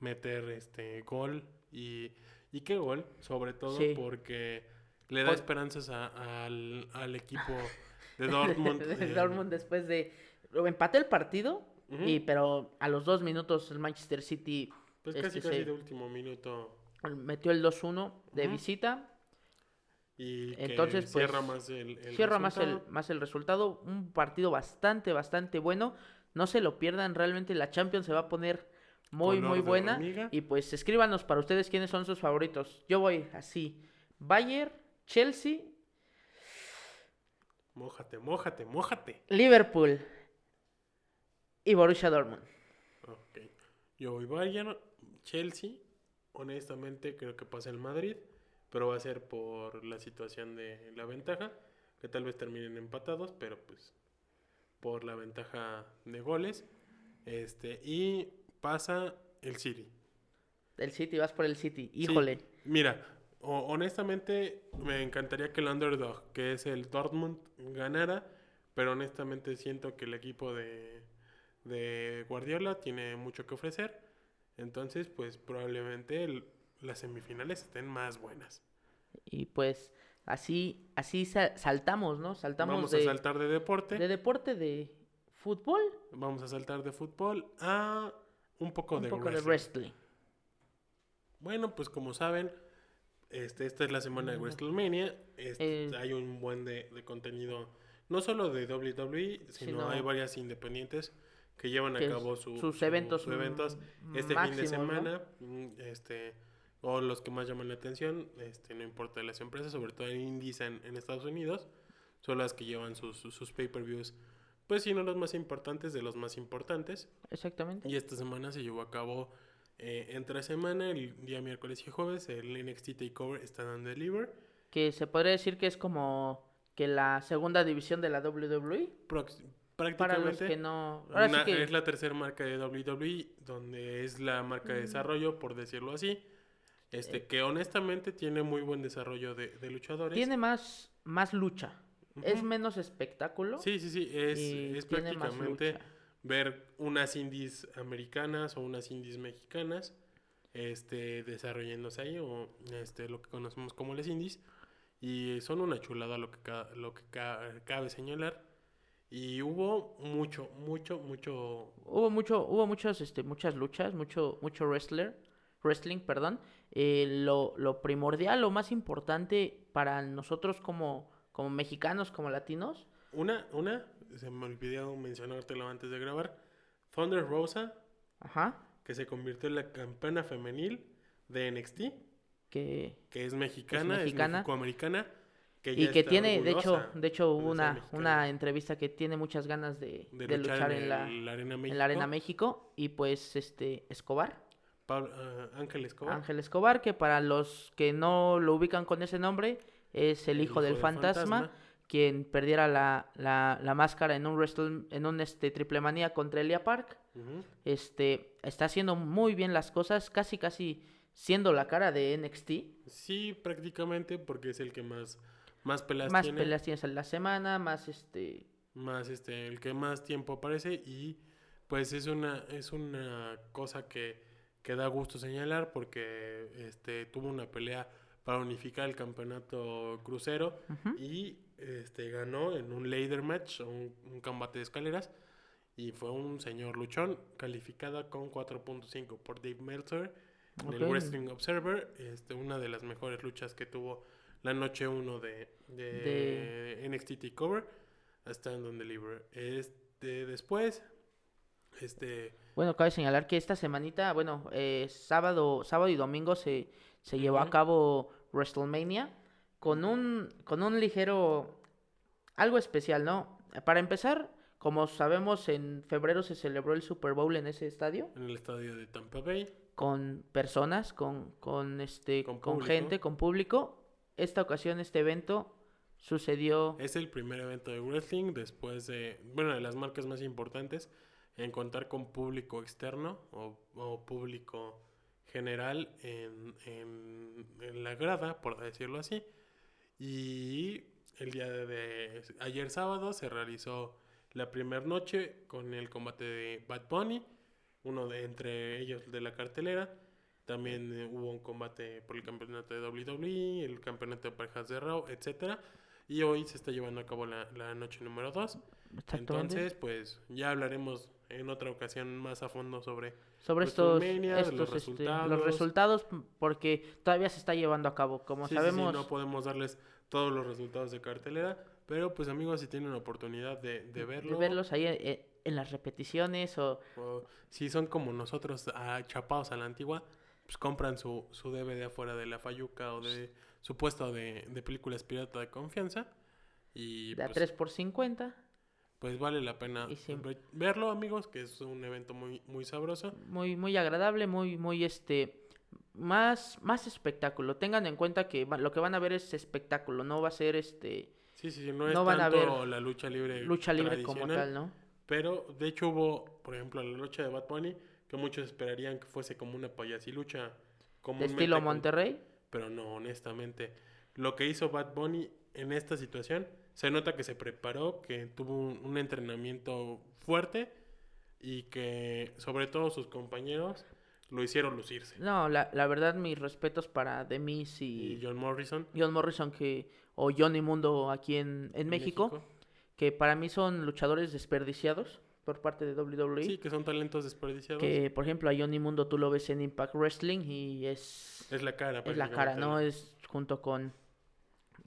B: meter este gol. Y, y qué gol, sobre todo
A: Sí. Pues
B: porque le da
A: Gol.
B: esperanzas a- al, al equipo de Dortmund.
A: Del
B: eh,
A: Dortmund después de... Empató el partido,
B: Ujú.
A: y, pero a los dos minutos el Manchester City
B: Pues
A: este,
B: casi, casi
A: se-
B: de último minuto.
A: metió el 2-1 de
B: Ujú.
A: visita.
B: Y que
A: Entonces, pues,
B: cierra más el, el
A: Cierra más el,
B: resultado.
A: más el resultado. Un partido bastante, bastante bueno. No se lo pierdan, realmente la Champions se va a poner muy,
B: Color
A: muy
B: de
A: buena.
B: hormiga.
A: Y pues escríbanos para ustedes quiénes son sus favoritos. Yo voy así. Bayern, Chelsea,
B: Mójate, mójate, mójate.
A: Liverpool y Borussia Dortmund.
B: Ok. Yo voy Bayern, Chelsea. Honestamente, creo que pasa el Madrid, pero va a ser por la situación de la ventaja, que tal vez terminen empatados, pero pues por la ventaja de goles. Este, y pasa el City.
A: El City, vas por el City.
B: Sí,
A: Híjole.
B: mira, ho- honestamente me encantaría que el underdog, que es el Dortmund, ganara, pero honestamente siento que el equipo de, de Guardiola tiene mucho que ofrecer. Entonces, pues probablemente el- las semifinales estén más buenas.
A: Y pues así, así sa- saltamos, ¿no? Saltamos
B: Vamos
A: de,
B: a saltar de deporte,
A: de deporte de fútbol,
B: vamos a saltar de fútbol a un poco,
A: un
B: de,
A: poco
B: wrestling.
A: de wrestling.
B: Bueno, pues como saben, este, esta es la semana de
A: Ujú.
B: WrestleMania. Este,
A: Eh.
B: hay un buen de, de contenido, no solo de WWE, sino
A: Sino-
B: hay varias independientes que llevan
A: que
B: a cabo
A: es-
B: su-
A: sus eventos
B: sus eventos
A: m-
B: este fin de
A: máximos, ¿no?
B: semana. mm, Este, o los que más llaman la atención, este, no importa las empresas, sobre todo en indies en, en Estados Unidos, son las que llevan sus, sus, sus pay-per-views. Pues si no los más importantes, de los más importantes.
A: Exactamente.
B: Y esta semana se llevó a cabo eh, entre semana, el día miércoles y jueves, el NXT Takeover Stand and Deliver,
A: Que se podría decir que es como que la segunda división de la WWE.
B: prox-
A: Para los
B: prácticamente
A: que no. Ahora
B: una-
A: sí que.
B: es la tercera marca de WWE, donde es la marca de desarrollo, por decirlo así, este
A: Eh.
B: que honestamente tiene muy buen desarrollo de, de luchadores.
A: Tiene más, más lucha. Es
B: Ujú.
A: menos espectáculo.
B: Sí, sí, sí, es,
A: y
B: es
A: tiene más
B: prácticamente
A: lucha.
B: ver unas indies americanas o unas indies mexicanas. este, desarrollándose ahí, o este, lo que conocemos como les indies. Y son una chulada lo que, ca- lo que ca- cabe señalar. Y hubo mucho, mucho, mucho...
A: Hubo mucho, hubo muchas, este, muchas luchas, mucho, mucho wrestler, wrestling, perdón. Eh, lo, lo primordial, lo más importante para nosotros como, como mexicanos, como latinos,
B: Una, una, se me olvidó mencionártelo antes de grabar. Thunder Rosa,
A: ajá,
B: que se convirtió en la campana femenil de NXT,
A: que
B: que es mexicana, es,
A: mexicana.
B: mexicoamericana. Que
A: y
B: ya
A: que
B: está
A: tiene, de hecho,
B: orgullosa
A: de hecho hubo
B: de ser
A: una,
B: mexicana.
A: una entrevista que tiene muchas ganas de,
B: de,
A: de luchar, en,
B: en,
A: la,
B: el Arena México.
A: en la Arena México y pues este Escobar,
B: Pablo- ah, Ángel Escobar.
A: Ángel Escobar, que para los que no lo ubican con ese nombre es el, hijo, del fantasma, quien perdiera la, la, la máscara en un wrestle, en un este triple manía contra Elia Park.
B: Ujú.
A: Este está haciendo muy bien las cosas, casi casi siendo la cara de NXT.
B: Sí, prácticamente, porque es el que más, más pelas
A: más
B: tiene.
A: peleas tienes en la semana, más este
B: Más este, el que más tiempo aparece. Y pues es una, es una cosa que, que da gusto señalar porque este, tuvo una pelea para unificar el campeonato crucero
A: ujú.
B: y este, ganó en un ladder match, un, un combate de escaleras. Y fue un señor luchón calificada con 4.5 por Dave Meltzer en el
A: Ok.
B: Wrestling Observer. Este, una de las mejores luchas que tuvo la noche 1 de, de, NXT TakeOver a Stand on Deliver. Este, después, este,
A: Bueno, cabe señalar que esta semanita, bueno, eh, sábado, sábado y domingo se, se llevó a
B: Ujú.
A: cabo WrestleMania con un, con un ligero, algo especial, ¿no? Para empezar, como sabemos, en febrero se celebró el Super Bowl en ese estadio,
B: en el estadio de Tampa Bay,
A: con personas, con, con este,
B: Con
A: con, gente,
B: público.
A: con público. Esta ocasión, este evento sucedió
B: Es el primer evento de wrestling después de, bueno, de las marcas más importantes en contar con público externo o, o público general en, en- en la grada, por decirlo así. Y el día de, de- ayer sábado se realizó la primera noche con el combate de Bad Bunny, uno de entre ellos de la cartelera. También eh, hubo un combate por el campeonato de WWE, el campeonato de parejas de Raw, etcétera. Y hoy se está llevando a cabo la, la noche número 2.
A: exactamente
B: Entonces, pues ya hablaremos en otra ocasión más a fondo sobre...
A: sobre estos,
B: WrestleMania, de los
A: estos este, los
B: resultados.
A: resultados, porque todavía se está llevando a cabo, como
B: Sí, sí, sí,
A: sabemos.
B: no podemos darles todos los resultados de cartelera, pero pues amigos, si tienen la oportunidad de, de verlo,
A: verlos ahí eh, en las repeticiones o
B: o si son como nosotros ah, chapados a la antigua, pues compran su, su DVD afuera de la Fayuca o de su puesto de, de películas pirata de confianza. Y
A: de a
B: pues,
A: 3 por 50.
B: pues vale la pena
A: Y sí.
B: ve- verlo, amigos, que es un evento muy, muy sabroso.
A: Muy, muy agradable, muy, muy este. Más, más espectáculo. Tengan en cuenta que va- lo que van a ver es espectáculo, no va a ser este
B: Sí, sí, sí, no es
A: No van a
B: tanto
A: ver
B: la lucha libre
A: lucha libre como
B: tradicional,
A: tal, ¿no?
B: Pero de hecho hubo, por ejemplo, la lucha de Bad Bunny, que muchos esperarían que fuese como una payasilucha.
A: De estilo
B: comúnmente,
A: Monterrey.
B: Pero no, honestamente. Lo que hizo Bad Bunny en esta situación, se nota que se preparó, que tuvo un, un entrenamiento fuerte y que sobre todo sus compañeros lo hicieron lucirse.
A: No, la, la verdad, mis respetos para Demis
B: Y
A: y,
B: John Morrison.
A: John Morrison que o Johnny Mundo aquí en, en
B: en
A: México, que para mí son luchadores desperdiciados por parte de E. WWE.
B: Sí, que son talentos desperdiciados.
A: que por ejemplo a Johnny Mundo tú lo ves en Impact Wrestling y es
B: Es la cara.
A: es la cara,
B: prácticamente,
A: ¿no? Es junto con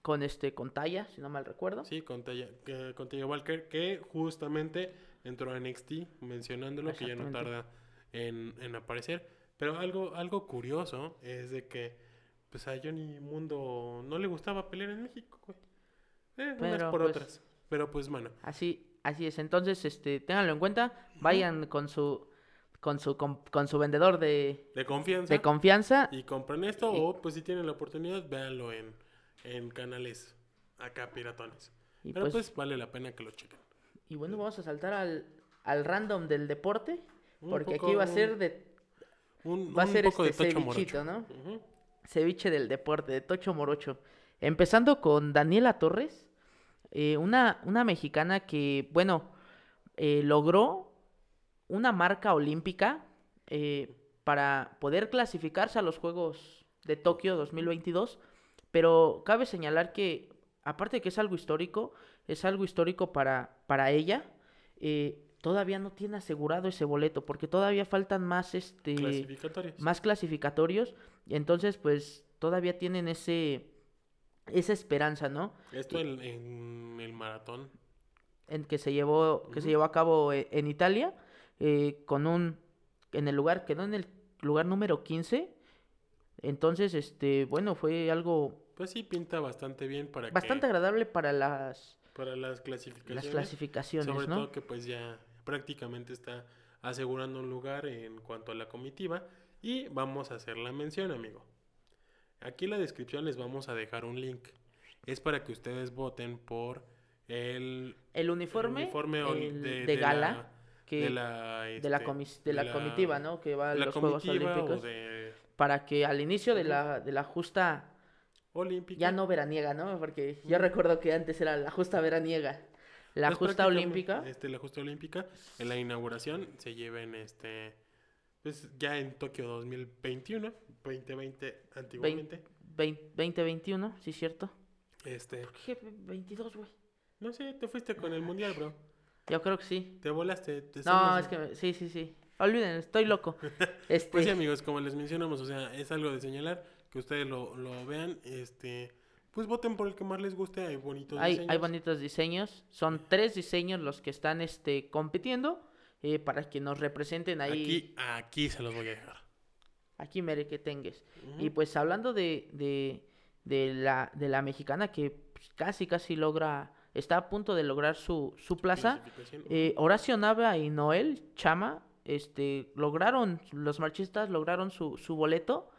A: con este con Taya, si no mal recuerdo.
B: Sí, con Taya, que- con Taya Walker, que justamente entró a NXT, mencionándolo, que ya no
A: Exactamente.
B: tarda en, en aparecer. Pero algo, algo curioso es de que pues a Johnny Mundo no le gustaba pelear en México, güey. Eh, unas
A: Pero,
B: por
A: pues-
B: otras. Pero pues bueno,
A: Así así es. Entonces, este, ténganlo en cuenta, vayan con su con su con, con su vendedor de
B: de confianza.
A: de confianza
B: y compren esto,
A: y-
B: o pues si tienen la oportunidad, véanlo en, en canales acá piratones.
A: y
B: Pero
A: pues,
B: pues vale la pena que lo chequen.
A: y bueno, vamos a saltar al al random del deporte
B: Un
A: porque aquí
B: poco-
A: va a ser de
B: Un,
A: va a
B: un
A: ser
B: poco
A: este
B: de tocho morocho.
A: cevichito, ¿no?
B: Ujú.
A: ceviche del deporte, de Tocho Morocho. Empezando con Daniela Torres, eh, una, una mexicana que, bueno, eh, logró una marca olímpica eh, para poder clasificarse a los Juegos de Tokio 2022. Pero cabe señalar que, aparte de que es algo histórico, es algo histórico para, para ella. eh, todavía no tiene asegurado ese boleto, porque todavía faltan más, este,
B: Clasificatorias.
A: más clasificatorios. Y entonces, pues, todavía tienen ese, esa esperanza, ¿no?
B: Esto en, en el maratón.
A: en que se llevó que se
B: Ujú.
A: llevó a cabo eh, en Italia eh, con un en el lugar quedó en el lugar número 15 entonces este bueno fue algo
B: Pues sí, pinta bastante bien para que-
A: bastante agradable para las
B: para las
A: las
B: clasificaciones.
A: clasificaciones
B: Sobre
A: no
B: todo que pues ya prácticamente está asegurando un lugar en cuanto a la comitiva. Y vamos a hacer la mención, amigo. Aquí en la descripción les vamos a dejar un link. Es para que ustedes voten por el
A: el uniforme,
B: el uniforme ol-
A: el
B: de,
A: de,
B: de la-
A: gala que
B: de la,
A: de la,
B: este,
A: comis- de la comitiva no que va a
B: de la
A: los Juegos
B: comitiva o
A: Olímpicos
B: de
A: para que al inicio de
B: Ujú.
A: la de la justa
B: olímpica.
A: ya no veraniega no porque yo recuerdo que antes era la justa veraniega la
B: Pues
A: justa
B: prácticamente,
A: olímpica
B: Este, la justa olímpica, en la inauguración se lleva en este, pues ya en Tokio 2021, 2020 antiguamente.
A: 2021, sí, cierto.
B: Este,
A: ¿Qué? 22, güey.
B: no sé, te fuiste con el mundial, bro.
A: Yo creo que sí.
B: Te volaste. te
A: No,
B: estamos-
A: es que me- sí, sí, sí. Olviden, estoy loco. Este,
B: Pues sí, amigos, como les mencionamos, o sea, es algo de señalar que ustedes lo, lo vean, este, pues voten por el que más les guste, hay bonitos
A: hay, hay
B: diseños.
A: bonitos diseños. Son tres diseños los que están este, compitiendo eh, para que nos representen ahí.
B: Aquí, aquí se los voy a dejar.
A: Aquí mere que tengues.
B: Ujú.
A: Y pues hablando de, de, de la, de la mexicana que pues, casi, casi logra, está a punto de lograr su, su plaza.
B: Clasificación.
A: Eh, Horacio Nava y Noel Chama este, lograron, los marchistas lograron su, su boleto,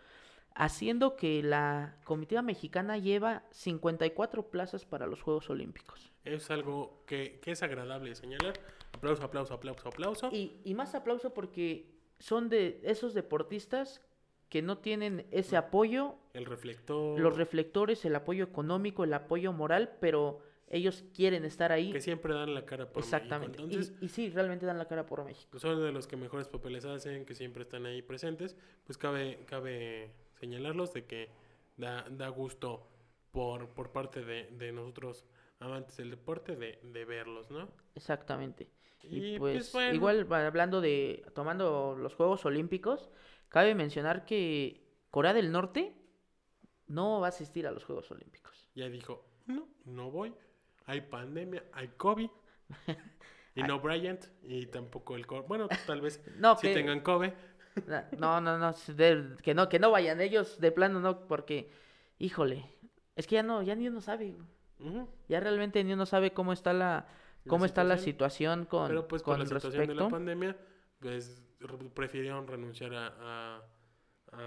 A: haciendo que la comitiva mexicana lleva 54 plazas para los Juegos Olímpicos.
B: Es algo que, que es agradable señalar. Aplauso, aplauso, aplauso, aplauso.
A: Y, y más aplauso porque son de esos deportistas que no tienen ese apoyo,
B: El reflector.
A: los reflectores, el apoyo económico, el apoyo moral, pero ellos quieren estar ahí.
B: que siempre dan la cara por
A: Exactamente.
B: México. Entonces,
A: y, y sí, realmente dan la cara por México.
B: son de los que mejores papeles hacen, que siempre están ahí presentes. Pues cabe, cabe señalarlos de que da, da gusto por, por parte de, de nosotros amantes del deporte de, de verlos, ¿no?
A: Exactamente. Y,
B: Y,
A: pues,
B: pues, bueno.
A: igual va- hablando de, tomando los Juegos Olímpicos, cabe mencionar que Corea del Norte no va a asistir a los Juegos Olímpicos.
B: Ya dijo, no, no voy. Hay pandemia, hay COVID. Y no Bryant, y tampoco el COVID. Bueno, tal vez
A: No,
B: si
A: que-
B: tengan COVID.
A: Na- No, no, no, s- de- que no, que no vayan ellos de plano, no, porque, híjole, es que ya no, ya ni uno sabe, güey.
B: Ujú.
A: ya realmente ni uno sabe cómo está la, cómo está la situación con,
B: Pero pues
A: con
B: por la situación
A: respecto.
B: de la pandemia, pues re- prefirieron renunciar a, a-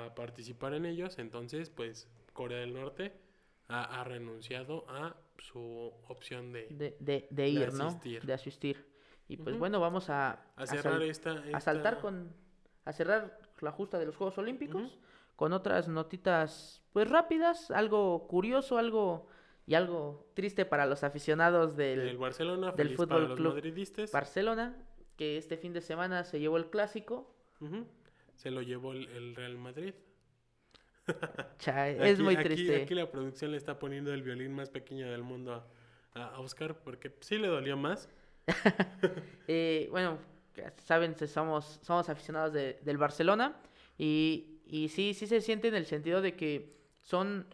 B: a participar en ellos. Entonces, pues Corea del Norte ha, ha renunciado a su opción de,
A: de, de- de ir, ¿no?
B: asistir.
A: De asistir. Y pues
B: Ujú.
A: bueno, vamos a,
B: a
A: a
B: cerrar
A: sal-
B: esta,
A: a saltar con a cerrar la justa de los Juegos Olímpicos con otras notitas pues rápidas, algo curioso, algo y algo triste para los aficionados del
B: el Barcelona,
A: del
B: feliz para
A: Fútbol
B: los
A: Club
B: madridistas.
A: Barcelona, que este fin de semana se llevó el clásico.
B: Ujú. Se lo llevó el, el Real Madrid.
A: Cha, es
B: Aquí-
A: muy
B: aquí-
A: triste.
B: Aquí la producción le está poniendo el violín más pequeño del mundo a, a Oscar porque sí le dolió más.
A: Eh, bueno, ya saben, se- somos, somos aficionados de- del Barcelona y, y sí, sí se siente en el sentido de que son,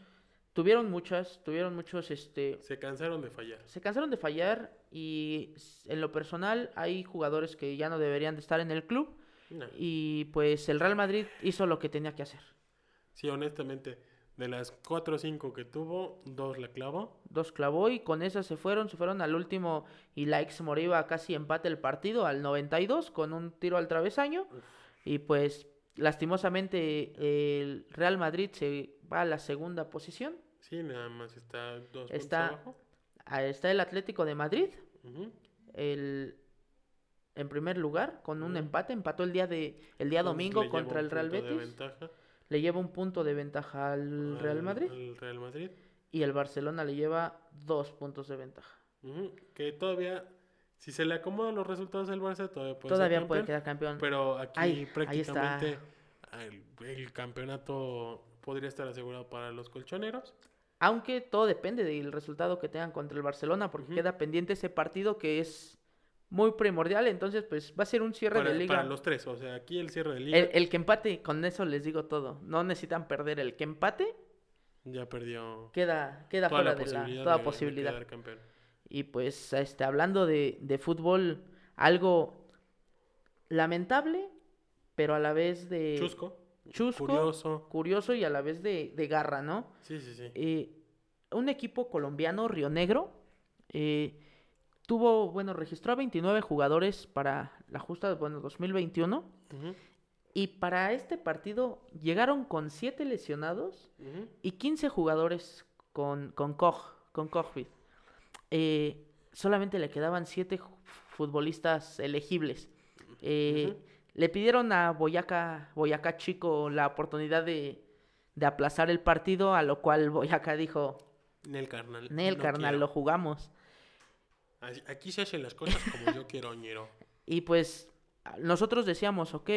A: tuvieron muchas, tuvieron muchos, este,
B: Se cansaron de fallar.
A: se cansaron de fallar y s- en lo personal hay jugadores que ya no deberían de estar en el club
B: No.
A: y pues el Real Madrid hizo lo que tenía que hacer.
B: Sí, honestamente, de las 4 o 5 que tuvo, dos la clavó.
A: Dos clavó y con esas se fueron, se fueron al último y la ex Moriva casi empate el partido al 92 con un tiro al travesaño. Y pues lastimosamente el Real Madrid se va a la segunda posición.
B: Sí, nada más está dos puntos
A: Está-
B: abajo.
A: Ah, Está el Atlético de Madrid
B: Ujú.
A: el, en primer lugar con un
B: Ujú.
A: empate. Empató el día, de, el día
B: Entonces,
A: domingo
B: le lleva
A: contra
B: un
A: el Real
B: punto de
A: Betis.
B: ventaja
A: Le lleva un punto de ventaja al Real
B: al-
A: Madrid
B: al Real Madrid.
A: y el Barcelona le lleva dos puntos de ventaja.
B: Ujú. Que todavía, si se le acomodan los resultados al Barça, todavía puede ser
A: Todavía puede
B: campeón,
A: quedar campeón.
B: Pero aquí
A: Ay, ahí está.
B: prácticamente el, el campeonato podría estar asegurado para los colchoneros.
A: Aunque todo depende del resultado que tengan contra el Barcelona, porque
B: Ujú.
A: queda pendiente ese partido que es muy primordial. Entonces, pues va a ser un cierre
B: Para,
A: de liga.
B: para los tres, o sea, aquí el cierre de liga
A: El, el que empate, con eso les digo todo. No necesitan perder el que empate,
B: ya perdió
A: queda, queda
B: toda
A: fuera
B: la
A: de la
B: posibilidad,
A: toda
B: de- de
A: posibilidad.
B: quedar campeón.
A: Y pues este, hablando de, de fútbol, algo lamentable, pero a la vez de
B: Chusco,
A: chusco, curioso.
B: curioso.
A: y a la vez de, de garra, ¿no?
B: Sí, sí, sí.
A: Eh, un equipo colombiano, Río Negro, eh, tuvo, bueno, registró a 29 jugadores para la justa, bueno, 2021.
B: Ujú,
A: Y para este partido llegaron con 7 lesionados
B: ujú.
A: y 15 jugadores con, con, Coj- con COVID. Eh, solamente le quedaban 7 futbolistas elegibles. Eh,
B: Ujú.
A: Le pidieron a Boyacá, Boyacá Chico la oportunidad de, de aplazar el partido, a lo cual Boyacá dijo,
B: Nel carnal.
A: Nel,
B: no
A: carnal, lo
B: quiero.
A: jugamos.
B: Así- Aquí se hacen las cosas como yo quiero, ñero.
A: Y pues a- nosotros decíamos, ok,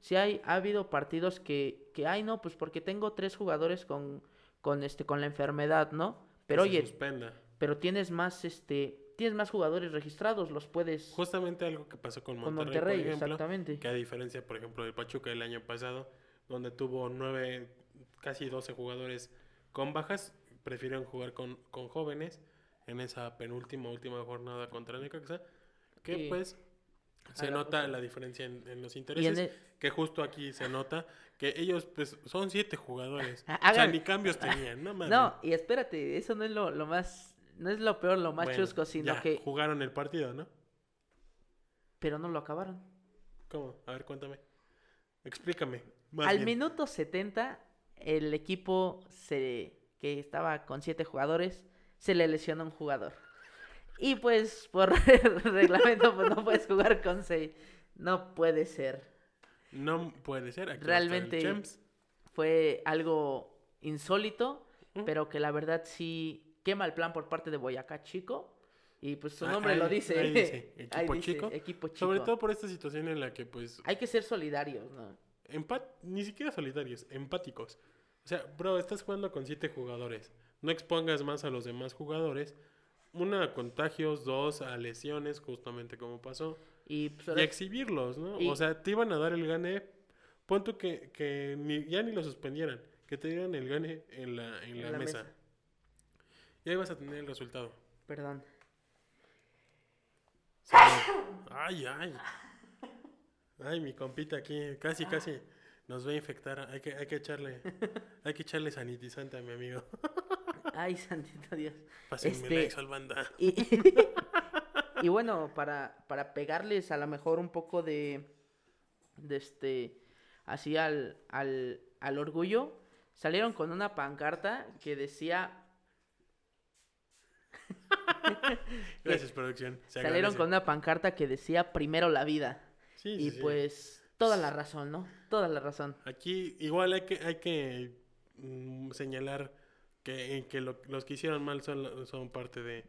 A: si hay, ha habido partidos que, que hay, no, pues porque tengo tres jugadores con, con, este, con la enfermedad, ¿no? Pero
B: Que se
A: oye,
B: suspenda.
A: pero tienes más este tienes más jugadores registrados los puedes
B: Justamente algo que pasó con
A: con
B: Monterrey,
A: Monterrey,
B: por ejemplo,
A: exactamente
B: que a diferencia, por ejemplo, del Pachuca del año pasado, donde tuvo nueve, casi 12 jugadores con bajas, prefirieron jugar con, con jóvenes en esa penúltima, última jornada contra Necaxa, que
A: Sí.
B: pues se
A: la
B: nota
A: postre.
B: la diferencia en, en los
A: y en e-,
B: intereses,
A: el-
B: que justo aquí se nota que ellos pues son siete jugadores,
A: Ah,
B: o sea,
A: hagan-
B: ni cambios tenían, no mames.
A: no y espérate eso no es lo, lo más no es lo peor lo más
B: Bueno,
A: chusco sino
B: ya,
A: que
B: jugaron el partido, ¿no?
A: pero no lo acabaron
B: ¿Cómo? A ver, cuéntame. Explícame. más
A: al
B: bien.
A: minuto 70 el equipo se que estaba con siete jugadores se le lesionó un jugador y pues por reglamento pues no puedes jugar con seis no puede ser
B: No puede ser. Aquí
A: Realmente-
B: Realmente.
A: fue algo insólito,
B: Ujú.
A: pero que la verdad sí quema el plan por parte de Boyacá Chico. Y pues su nombre lo dice.
B: Ah, Ahí dice,
A: Ahí
B: equipo
A: dice,
B: chico.
A: equipo chico.
B: Sobre todo por esta situación en la que, pues,
A: Hay que ser solidarios, ¿no?
B: empat ni siquiera solidarios, empáticos. O sea, bro, estás jugando con siete jugadores. No expongas más a los demás jugadores. Una, a contagios. Dos, a lesiones, justamente como pasó.
A: Y, pues,
B: Y
A: ahora-
B: exhibirlos, ¿no?
A: Y-
B: O sea, te iban a dar el gane. Pon tú que, que ni- ya ni lo suspendieran. Que te dieran el gane en la, en la mesa. Y ahí vas a tener el resultado.
A: Perdón.
B: Salud. Ay, ay. Ay, mi compita aquí, casi, casi nos va a infectar. Hay que, hay que echarle, hay que echarle sanitizante a mi amigo.
A: Ay, santito Dios.
B: Pásenme
A: Este-
B: la Exol banda.
A: Y, y bueno, para, para pegarles a lo mejor un poco de, de este, así al, al, al orgullo, salieron con una pancarta que decía
B: Gracias, producción. Se
A: Salieron
B: agradece.
A: con una pancarta que decía primero la vida.
B: Sí, sí,
A: Y
B: sí.
A: pues toda la razón, ¿no? Toda la razón.
B: Aquí igual hay que, hay que mm, señalar que, que lo- los que hicieron mal son, son parte de,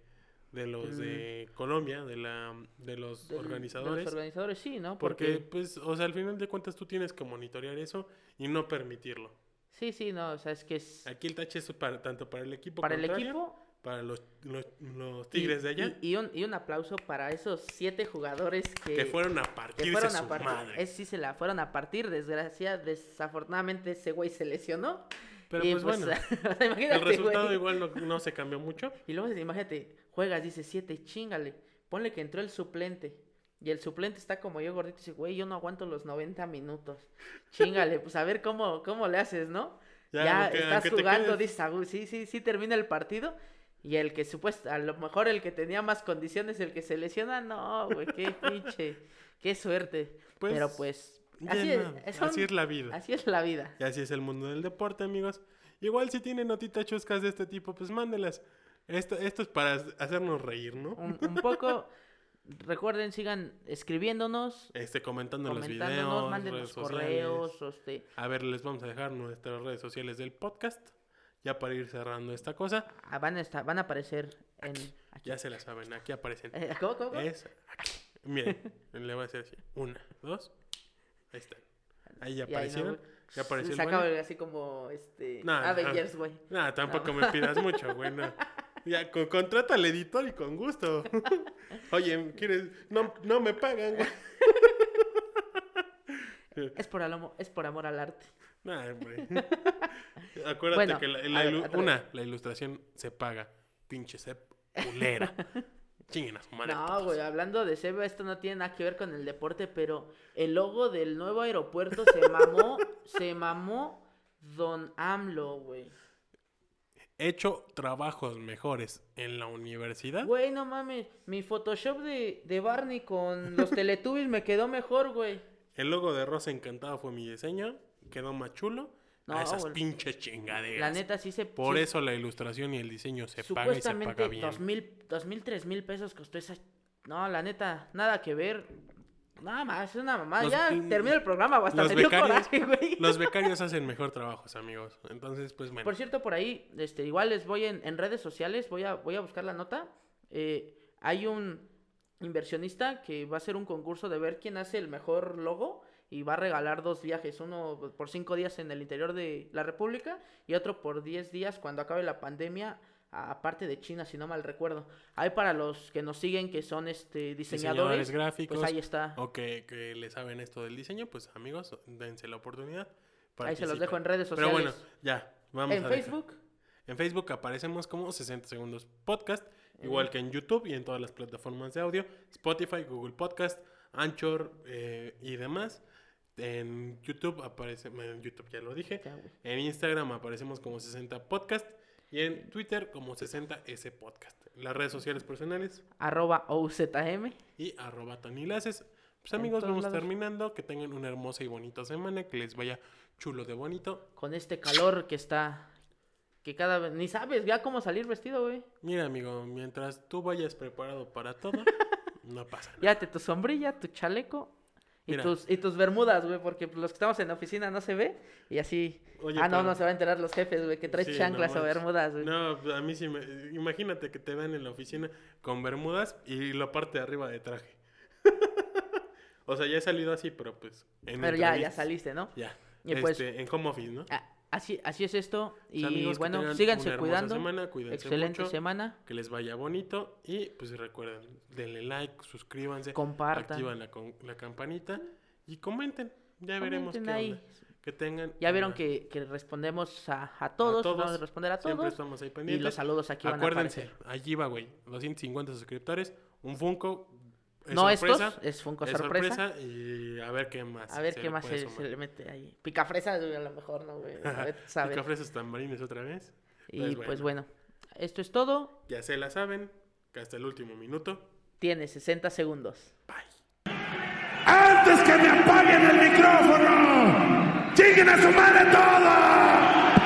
B: de los de Colombia, de la de los
A: Del- de
B: organizadores.
A: Los organizadores sí, ¿no?
B: porque,
A: Porque...
B: pues, o sea, al final de cuentas tú tienes que monitorear eso y no permitirlo.
A: Sí, sí, no, o sea, es que es
B: Aquí el tache es para, tanto para el equipo
A: para el
B: contrario,
A: equipo...
B: para los, los, los
A: y-
B: tigres de allá,
A: Y, eh, y un, y un aplauso para esos siete jugadores que,
B: que fueron a
A: que
B: partirse
A: fueron
B: su
A: a partir.
B: madre.
A: Es, sí, se la fueron a partir, desgracia. Desafortunadamente ese güey se lesionó.
B: Pero
A: y
B: pues, bueno,
A: imagínate,
B: el resultado
A: güey.
B: igual no, no se cambió mucho.
A: Y luego imagínate, juegas, dice siete, chingale. Ponle que entró el suplente. Y el suplente está como yo gordito y dice, güey, yo no aguanto los 90 minutos. Chingale, pues a ver cómo, cómo le haces, ¿no? Ya,
B: Ya, aunque-
A: estás
B: aunque te
A: jugando,
B: quedes-
A: dices, "Ah, güey, sí, sí, sí termina el partido. Y el que supuesto, a lo mejor el que tenía más condiciones, el que se lesiona, no, güey, qué pinche, qué suerte.
B: Pues,
A: Pero pues,
B: ya
A: así,
B: nada,
A: es, son-
B: así es la vida.
A: así es la vida.
B: Y así es el mundo del deporte, amigos. Igual si tienen notitas chuscas de este tipo, pues mándelas. Esto, esto es para hacernos reír, ¿no?
A: Un, un poco, recuerden, sigan escribiéndonos,
B: Este, comentando en los
A: comentándonos,
B: videos,
A: manden
B: redes
A: los
B: sociales.
A: correos, este,
B: A ver, les vamos a dejar nuestras redes sociales del podcast. Ya para ir cerrando esta cosa,
A: ah, van a estar, van a aparecer en aquí.
B: ya se la saben, aquí aparecen.
A: Eh, ¿Cómo, cómo, cómo?
B: Es aquí. Miren, le voy a hacer así. Una, dos. Ahí están. Ahí ya
A: Y ahí no,
B: aparecieron.
A: güey.
B: Ya apareció el
A: Sacaba
B: bueno.
A: así como este
B: No, no.
A: Avengers, güey.
B: Nah, tampoco me pidas mucho, güey. no. Ya, co- contrata al editor y con gusto. Oye, ¿quieres? No, no me pagan, güey.
A: Es por alomo- es por amor al arte.
B: Nah, hombre. Acuérdate
A: Bueno,
B: que la,
A: a
B: la
A: ver,
B: ilu-
A: otra vez.
B: una, la ilustración se paga. Pinche sep culera. Chinguen a su madre.
A: No,
B: todos.
A: güey, hablando de Seba, esto no tiene nada que ver con el deporte, pero el logo del nuevo aeropuerto se mamó, se mamó Don AMLO, güey.
B: Hecho trabajos mejores en la universidad.
A: Güey, no mames, mi Photoshop de, de Barney con los Teletubbies me quedó mejor, güey.
B: El logo de Rosa Encantada fue mi diseño. Quedó más chulo.
A: No,
B: a esas
A: güey.
B: pinches chingaderas.
A: La neta sí se...
B: Por
A: sí-
B: eso la ilustración y el diseño se paga y se
A: Supuestamente
B: paga bien.
A: dos mil, dos mil, tres mil pesos costó esa... No, la neta, nada que ver. Nada más, es una mamá.
B: Los-
A: ya
B: mm,
A: termina el programa, güey, hasta
B: los
A: me dio
B: becarios-
A: coraje, güey.
B: Los becarios hacen mejor trabajos, amigos. Entonces, pues bueno.
A: Por cierto, por ahí, este, igual les voy en, en redes sociales, voy a, voy a buscar la nota. Eh, hay un inversionista que va a hacer un concurso de ver quién hace el mejor logo y va a regalar dos viajes, uno por cinco días en el interior de la República y otro por diez días cuando acabe la pandemia, a- aparte de China, si no mal recuerdo. Hay para los que nos siguen que son este diseñadores,
B: diseñadores gráficos.
A: pues ahí está.
B: O que, que le saben esto del diseño, pues amigos, dense la oportunidad.
A: Ahí se los
B: participen.
A: dejo en redes
B: Pero
A: sociales.
B: bueno, ya, vamos
A: en
B: a dejar.
A: Facebook,
B: En Facebook aparecemos como 60 segundos podcast, igual que en YouTube y en todas las plataformas de audio, Spotify, Google Podcast, Anchor eh, y demás. En YouTube aparece, bueno, en YouTube ya lo dije.
A: Ya, güey.
B: En Instagram aparecemos como 60 podcast y en Twitter como 60 S podcast. Las redes sociales personales
A: arroba OZM.
B: y arroba Tony Laces. Pues
A: En
B: amigos,
A: todos
B: vamos
A: lados.
B: terminando. Que tengan una hermosa y bonita semana. Que les vaya chulo de bonito.
A: con este calor que está. Que cada vez. Ni sabes ya cómo salir vestido, güey.
B: Mira, amigo, mientras tú vayas preparado para todo, no pasa nada.
A: Llévate tu sombrilla, tu chaleco. Y
B: Mira.
A: tus, y tus bermudas, güey, porque pues, los que estamos en la oficina no se ve. Y así.
B: Oye,
A: ah, no,
B: pero-
A: no se van a enterar los jefes, güey, que traes
B: Sí, no
A: chanclas o
B: manches.
A: bermudas, güey.
B: No, pues, a mí sí me... Imagínate que te vean en la oficina con bermudas y la parte de arriba de traje. o sea, ya he salido así, pero pues... En
A: Pero ya, ya
B: entrevistas.
A: saliste, ¿no?
B: Ya.
A: Y pues-
B: Este, en home office, ¿no?
A: Ah, así, así es esto. Y
B: Pues, amigos, que
A: bueno,
B: tengan una
A: síganse
B: hermosa
A: cuidando.
B: semana, cuídense
A: Excelente
B: mucho.
A: semana.
B: Que les vaya bonito y pues recuerden, denle like, suscríbanse,
A: Compartan.
B: activan la, con- la campanita y comenten. Ya veremos
A: Comenten
B: qué
A: ahí.
B: onda. Que tengan
A: Ya vieron
B: una-
A: que, que respondemos a, a todos,
B: todos.
A: Vamos a responder a
B: Siempre
A: todos.
B: estamos ahí
A: Y
B: pendientes.
A: los saludos aquí van a
B: Acuérdense,
A: aparecer.
B: allí va, güey. 250 suscriptores, un Funko. es
A: No
B: sorpresa,
A: estos, es Funko
B: es
A: sorpresa.
B: sorpresa y a ver qué más.
A: A ver
B: se
A: qué
B: le
A: más
B: puede
A: se,
B: sumar.
A: se le mete ahí. Picafresas, güey, a lo mejor, ¿no, güey? A ver, sabe.
B: Y cafres tambarines otra vez.
A: Y
B: Pues
A: pues bueno, esto es todo.
B: Ya se la saben, que hasta el último minuto.
A: Tiene 60 segundos.
D: antes que me apaguen el micrófono. ¡Chinguen a su madre todos!